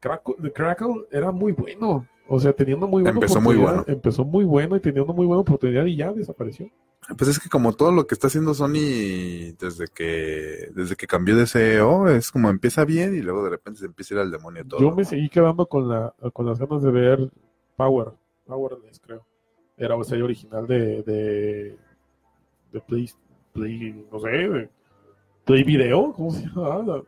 Crackle, The Crackle era muy bueno. O sea, teniendo muy buena Empezó muy oportunidad, Empezó muy bueno y teniendo muy buena oportunidad y ya desapareció. Pues es que como todo lo que está haciendo Sony desde que desde que cambió de CEO, es como empieza bien y luego de repente se empieza a ir al demonio todo. Yo me seguí quedando con, la, con las ganas de ver Power, Powerless, creo. Era o serie original de, de, de Play, Play, no sé, de Play Video, ¿cómo se llama?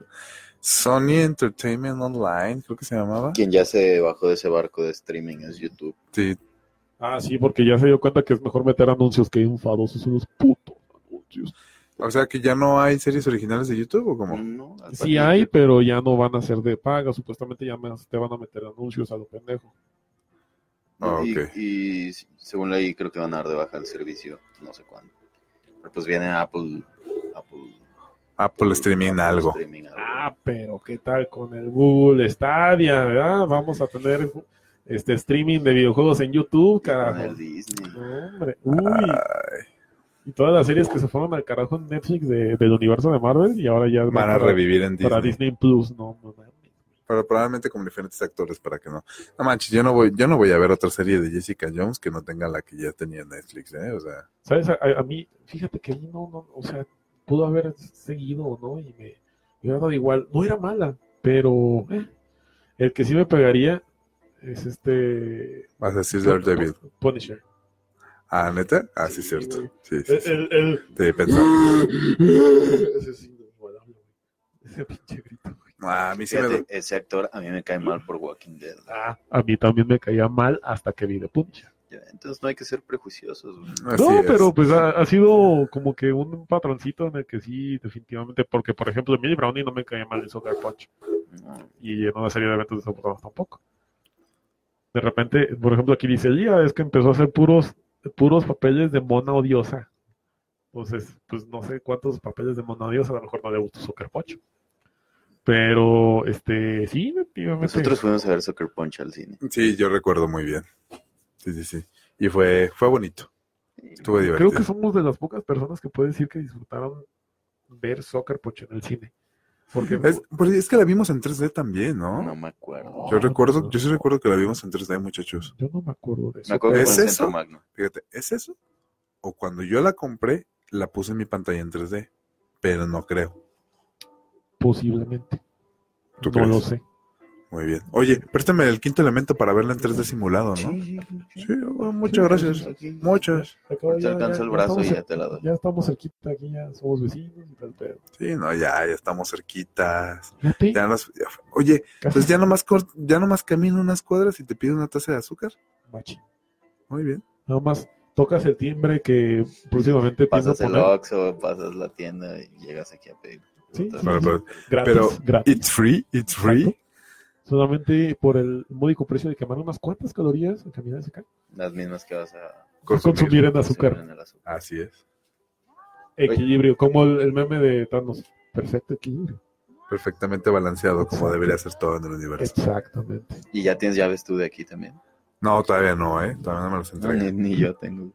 Sony Entertainment Online, creo que se llamaba. Quien ya se bajó de ese barco de streaming es YouTube. Sí, Ah, sí, porque ya se dio cuenta que es mejor meter anuncios que enfadosos son los putos anuncios. o sea que ya no hay series originales de YouTube o como No, al Sí parecer. hay, pero ya no van a ser de paga. Supuestamente ya más te van a meter anuncios a lo pendejo. Ah, y, ok. y según leí, creo que van a dar de baja el servicio, no sé cuándo. Pero pues viene Apple. Apple, Apple Streaming Apple algo. Streaming algo. Ah, pero ¿qué tal con el Google Stadia, verdad? Vamos a tener este streaming de videojuegos en YouTube, Con carajo. el Disney. No, hombre. Uy. Ah, Y todas las series que se fueron al carajo en Netflix de- del universo de Marvel y ahora ya Van a para, revivir en pues para Disney. Disney Plus, no, no mames. Pero probablemente con diferentes actores para que no. No manches, yo no voy, yo no voy a ver otra serie de Jessica Jones que no tenga la que ya tenía en Netflix, eh, o sea. ¿Sabes? A, a- a mí, fíjate que a mí no, no, o sea, pudo haber seguido, ¿no? Y me me hubiera dado igual. No era mala, pero eh, el que sí me pegaría es este. Vas a decir Daredevil. Punisher. Ah, neta? Ah, sí, cierto. Sí, sí, El, sí. el, el- Te pensaba. Ese sí, no, inigualable, güey. Ese pinche grito, güey. Ah, a mí sí me Fíjate, ese actor a mí me cae mal por Walking Dead. Ah, a mí también me caía mal hasta que vi de Punisher. Ya, Entonces no hay que ser prejuiciosos. güey. Así No, es. pero pues ha, ha sido como que un patroncito en el que sí, definitivamente, porque por ejemplo, Millie Brownie no me caía mal en Soccer Punch. No. y en una serie de eventos desafortunados tampoco. De repente, por ejemplo, aquí dice Lía, es que empezó a hacer puros, puros papeles de mona odiosa. Entonces, pues no sé cuántos papeles de mona odiosa, a lo mejor no le gustó Soccer Punch. Pero, este, sí, efectivamente. Nosotros fuimos a ver Soccer Punch al cine. Sí, yo recuerdo muy bien. Sí, sí, sí. Y fue, fue bonito. Estuvo divertido. creo que somos de las pocas personas que pueden decir que disfrutaron ver Soccer Punch en el cine. Porque Es, pero es que la vimos en 3D también, ¿no? No me acuerdo. Yo recuerdo, yo sí recuerdo que la vimos en 3D, muchachos. Yo no me acuerdo de eso. Me acuerdo que ¿Es fue en el eso? Centro Magno. Fíjate, ¿es eso? O cuando yo la compré, la puse en mi pantalla en 3D. Pero no creo. Posiblemente. ¿Tú no crees? lo sé. Muy bien. Oye, préstame el quinto elemento para verla en 3D simulado, ¿no? Sí, bueno, muchas gracias. Muchas. Acabo Te ya- alcanza ya- el ya brazo estamos y en- ya te la doy. Ya estamos cerquita aquí, ya somos vecinos y tal, pero. Sí, no, ya, ya estamos cerquitas. Fíjate, Ya nos- ya- oye, casi pues ya nomás, cor- ya nomás camino unas cuadras y te pido una taza de azúcar. machi. Muy bien. Nada más tocas el timbre que próximamente pienso Pasas el poner. Oxxo, pasas la tienda y llegas aquí a pedir. Sí, Puta, sí, Pero, sí. pero, Gratis, pero- gratis. it's free, it's free. Exacto. Solamente por el módico precio de quemar unas cuantas calorías en caminar acá. Las mismas que vas a Consumir. Consumir en consumir azúcar. en el azúcar. Así es. Equilibrio, como el, el meme de Thanos. Perfecto equilibrio. Perfectamente balanceado, como debería ser todo en el universo. Exactamente. Y ya tienes llaves tú de aquí también. No, todavía no, ¿eh? Todavía no me los No, entregan. ni, ni yo tengo.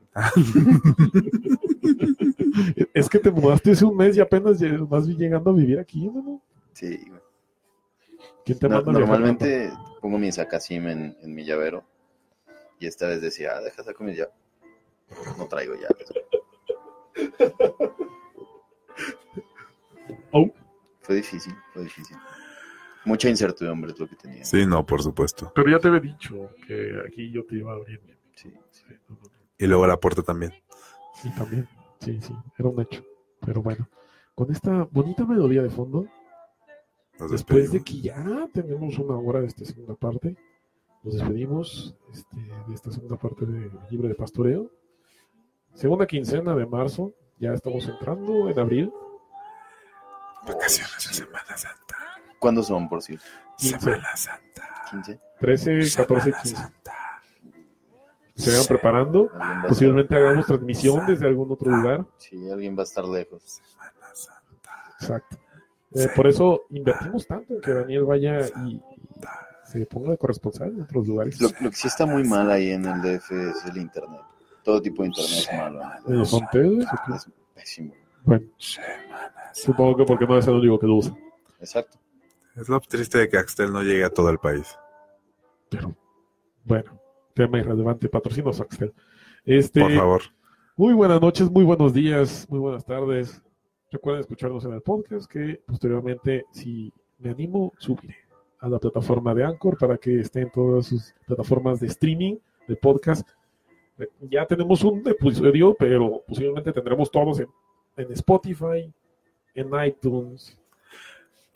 Es que te mudaste hace un mes y apenas lle- vas llegando a vivir aquí, ¿no? Sí, güey. ¿Quién te No- manda a viajar tanto? normalmente pongo mi sacasim en, en mi llavero. Y esta vez decía, ah, deja saco mi llaves. No traigo llaves. Oh. Fue difícil, fue difícil. Mucha incertidumbre es lo que tenía. Sí, no, por supuesto. Pero ya te había dicho que aquí yo te iba a abrir. Sí, Sí, no, no. Y luego la puerta también. Sí, también. Sí, sí, era un hecho. Pero bueno, con esta bonita melodía de fondo, Nos Después de despedimos. que ya tenemos una hora de esta segunda parte, nos despedimos este, de esta segunda parte de Libre de Pastoreo. Segunda quincena de marzo, ya estamos entrando en abril, Vacaciones de Semana Santa. ¿Cuándo son, por cierto? 15. Semana Santa. 15. 13, 14, Semana 15. Santa. Se vayan ¿Alguien preparando. Pues va a estar- Posiblemente hagamos transmisión desde algún otro lugar. Sí, alguien va a estar lejos. Semana Santa. Exacto. Eh, por eso invertimos tanto en que Daniel vaya y y se ponga de corresponsal en otros lugares. Lo, lo que sí está muy mal ahí en el DF es el internet. Todo tipo de internet es malo. ¿En los hoteles? Eh, ¿o qué? Es pésimo. Bueno, Semana Santa. supongo que porque no es el único que lo usa. Exacto. Es lo triste de que Axtel no llegue a todo el país. Pero, bueno, tema irrelevante. Patrocino Axel. Este, Por favor. Muy buenas noches, muy buenos días, muy buenas tardes. Recuerden escucharnos en el podcast que posteriormente, si me animo, subiré a la plataforma de Anchor para que esté en todas sus plataformas de streaming, de podcast. Eh, Ya tenemos un episodio, pero posiblemente tendremos todos en, en Spotify, en iTunes.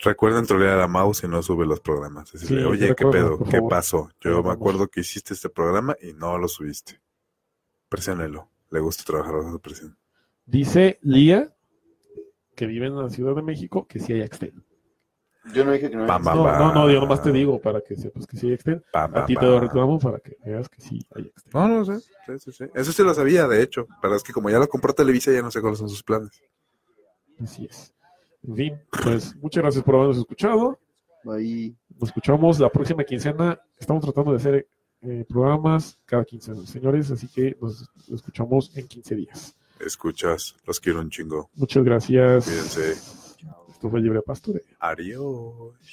Recuerden trolear a Mouse y no sube los programas. Decirle, Sí, oye, ¿qué recuerda, pedo? por ¿Qué favor. pasó? Yo me Vamos. acuerdo que hiciste este programa y no lo subiste. Presiónelo. Le gusta trabajar bajo su presión. Dice Lía, que vive en la Ciudad de México, que sí hay Axtel. Yo no dije que no Pam, había- pam, Pues No, pam. no, no, yo nomás te digo para que sepas que sí hay Axtel. Pam, A pam, ti te pam. lo reclamo para que veas que sí hay Axtel. No, no sé. Sí, sí, sí. Eso sí lo sabía, de hecho. Pero es que como ya lo compró Televisa, ya no sé cuáles son sus planes. Así es. En fin, pues muchas gracias por habernos escuchado. Ahí. Nos escuchamos la próxima quincena. Estamos tratando de hacer eh, programas cada quincena, señores, así que nos escuchamos en 15 días. Escuchas, los quiero un chingo. Muchas gracias. Cuídense. Esto fue Libre Pasture. Adiós.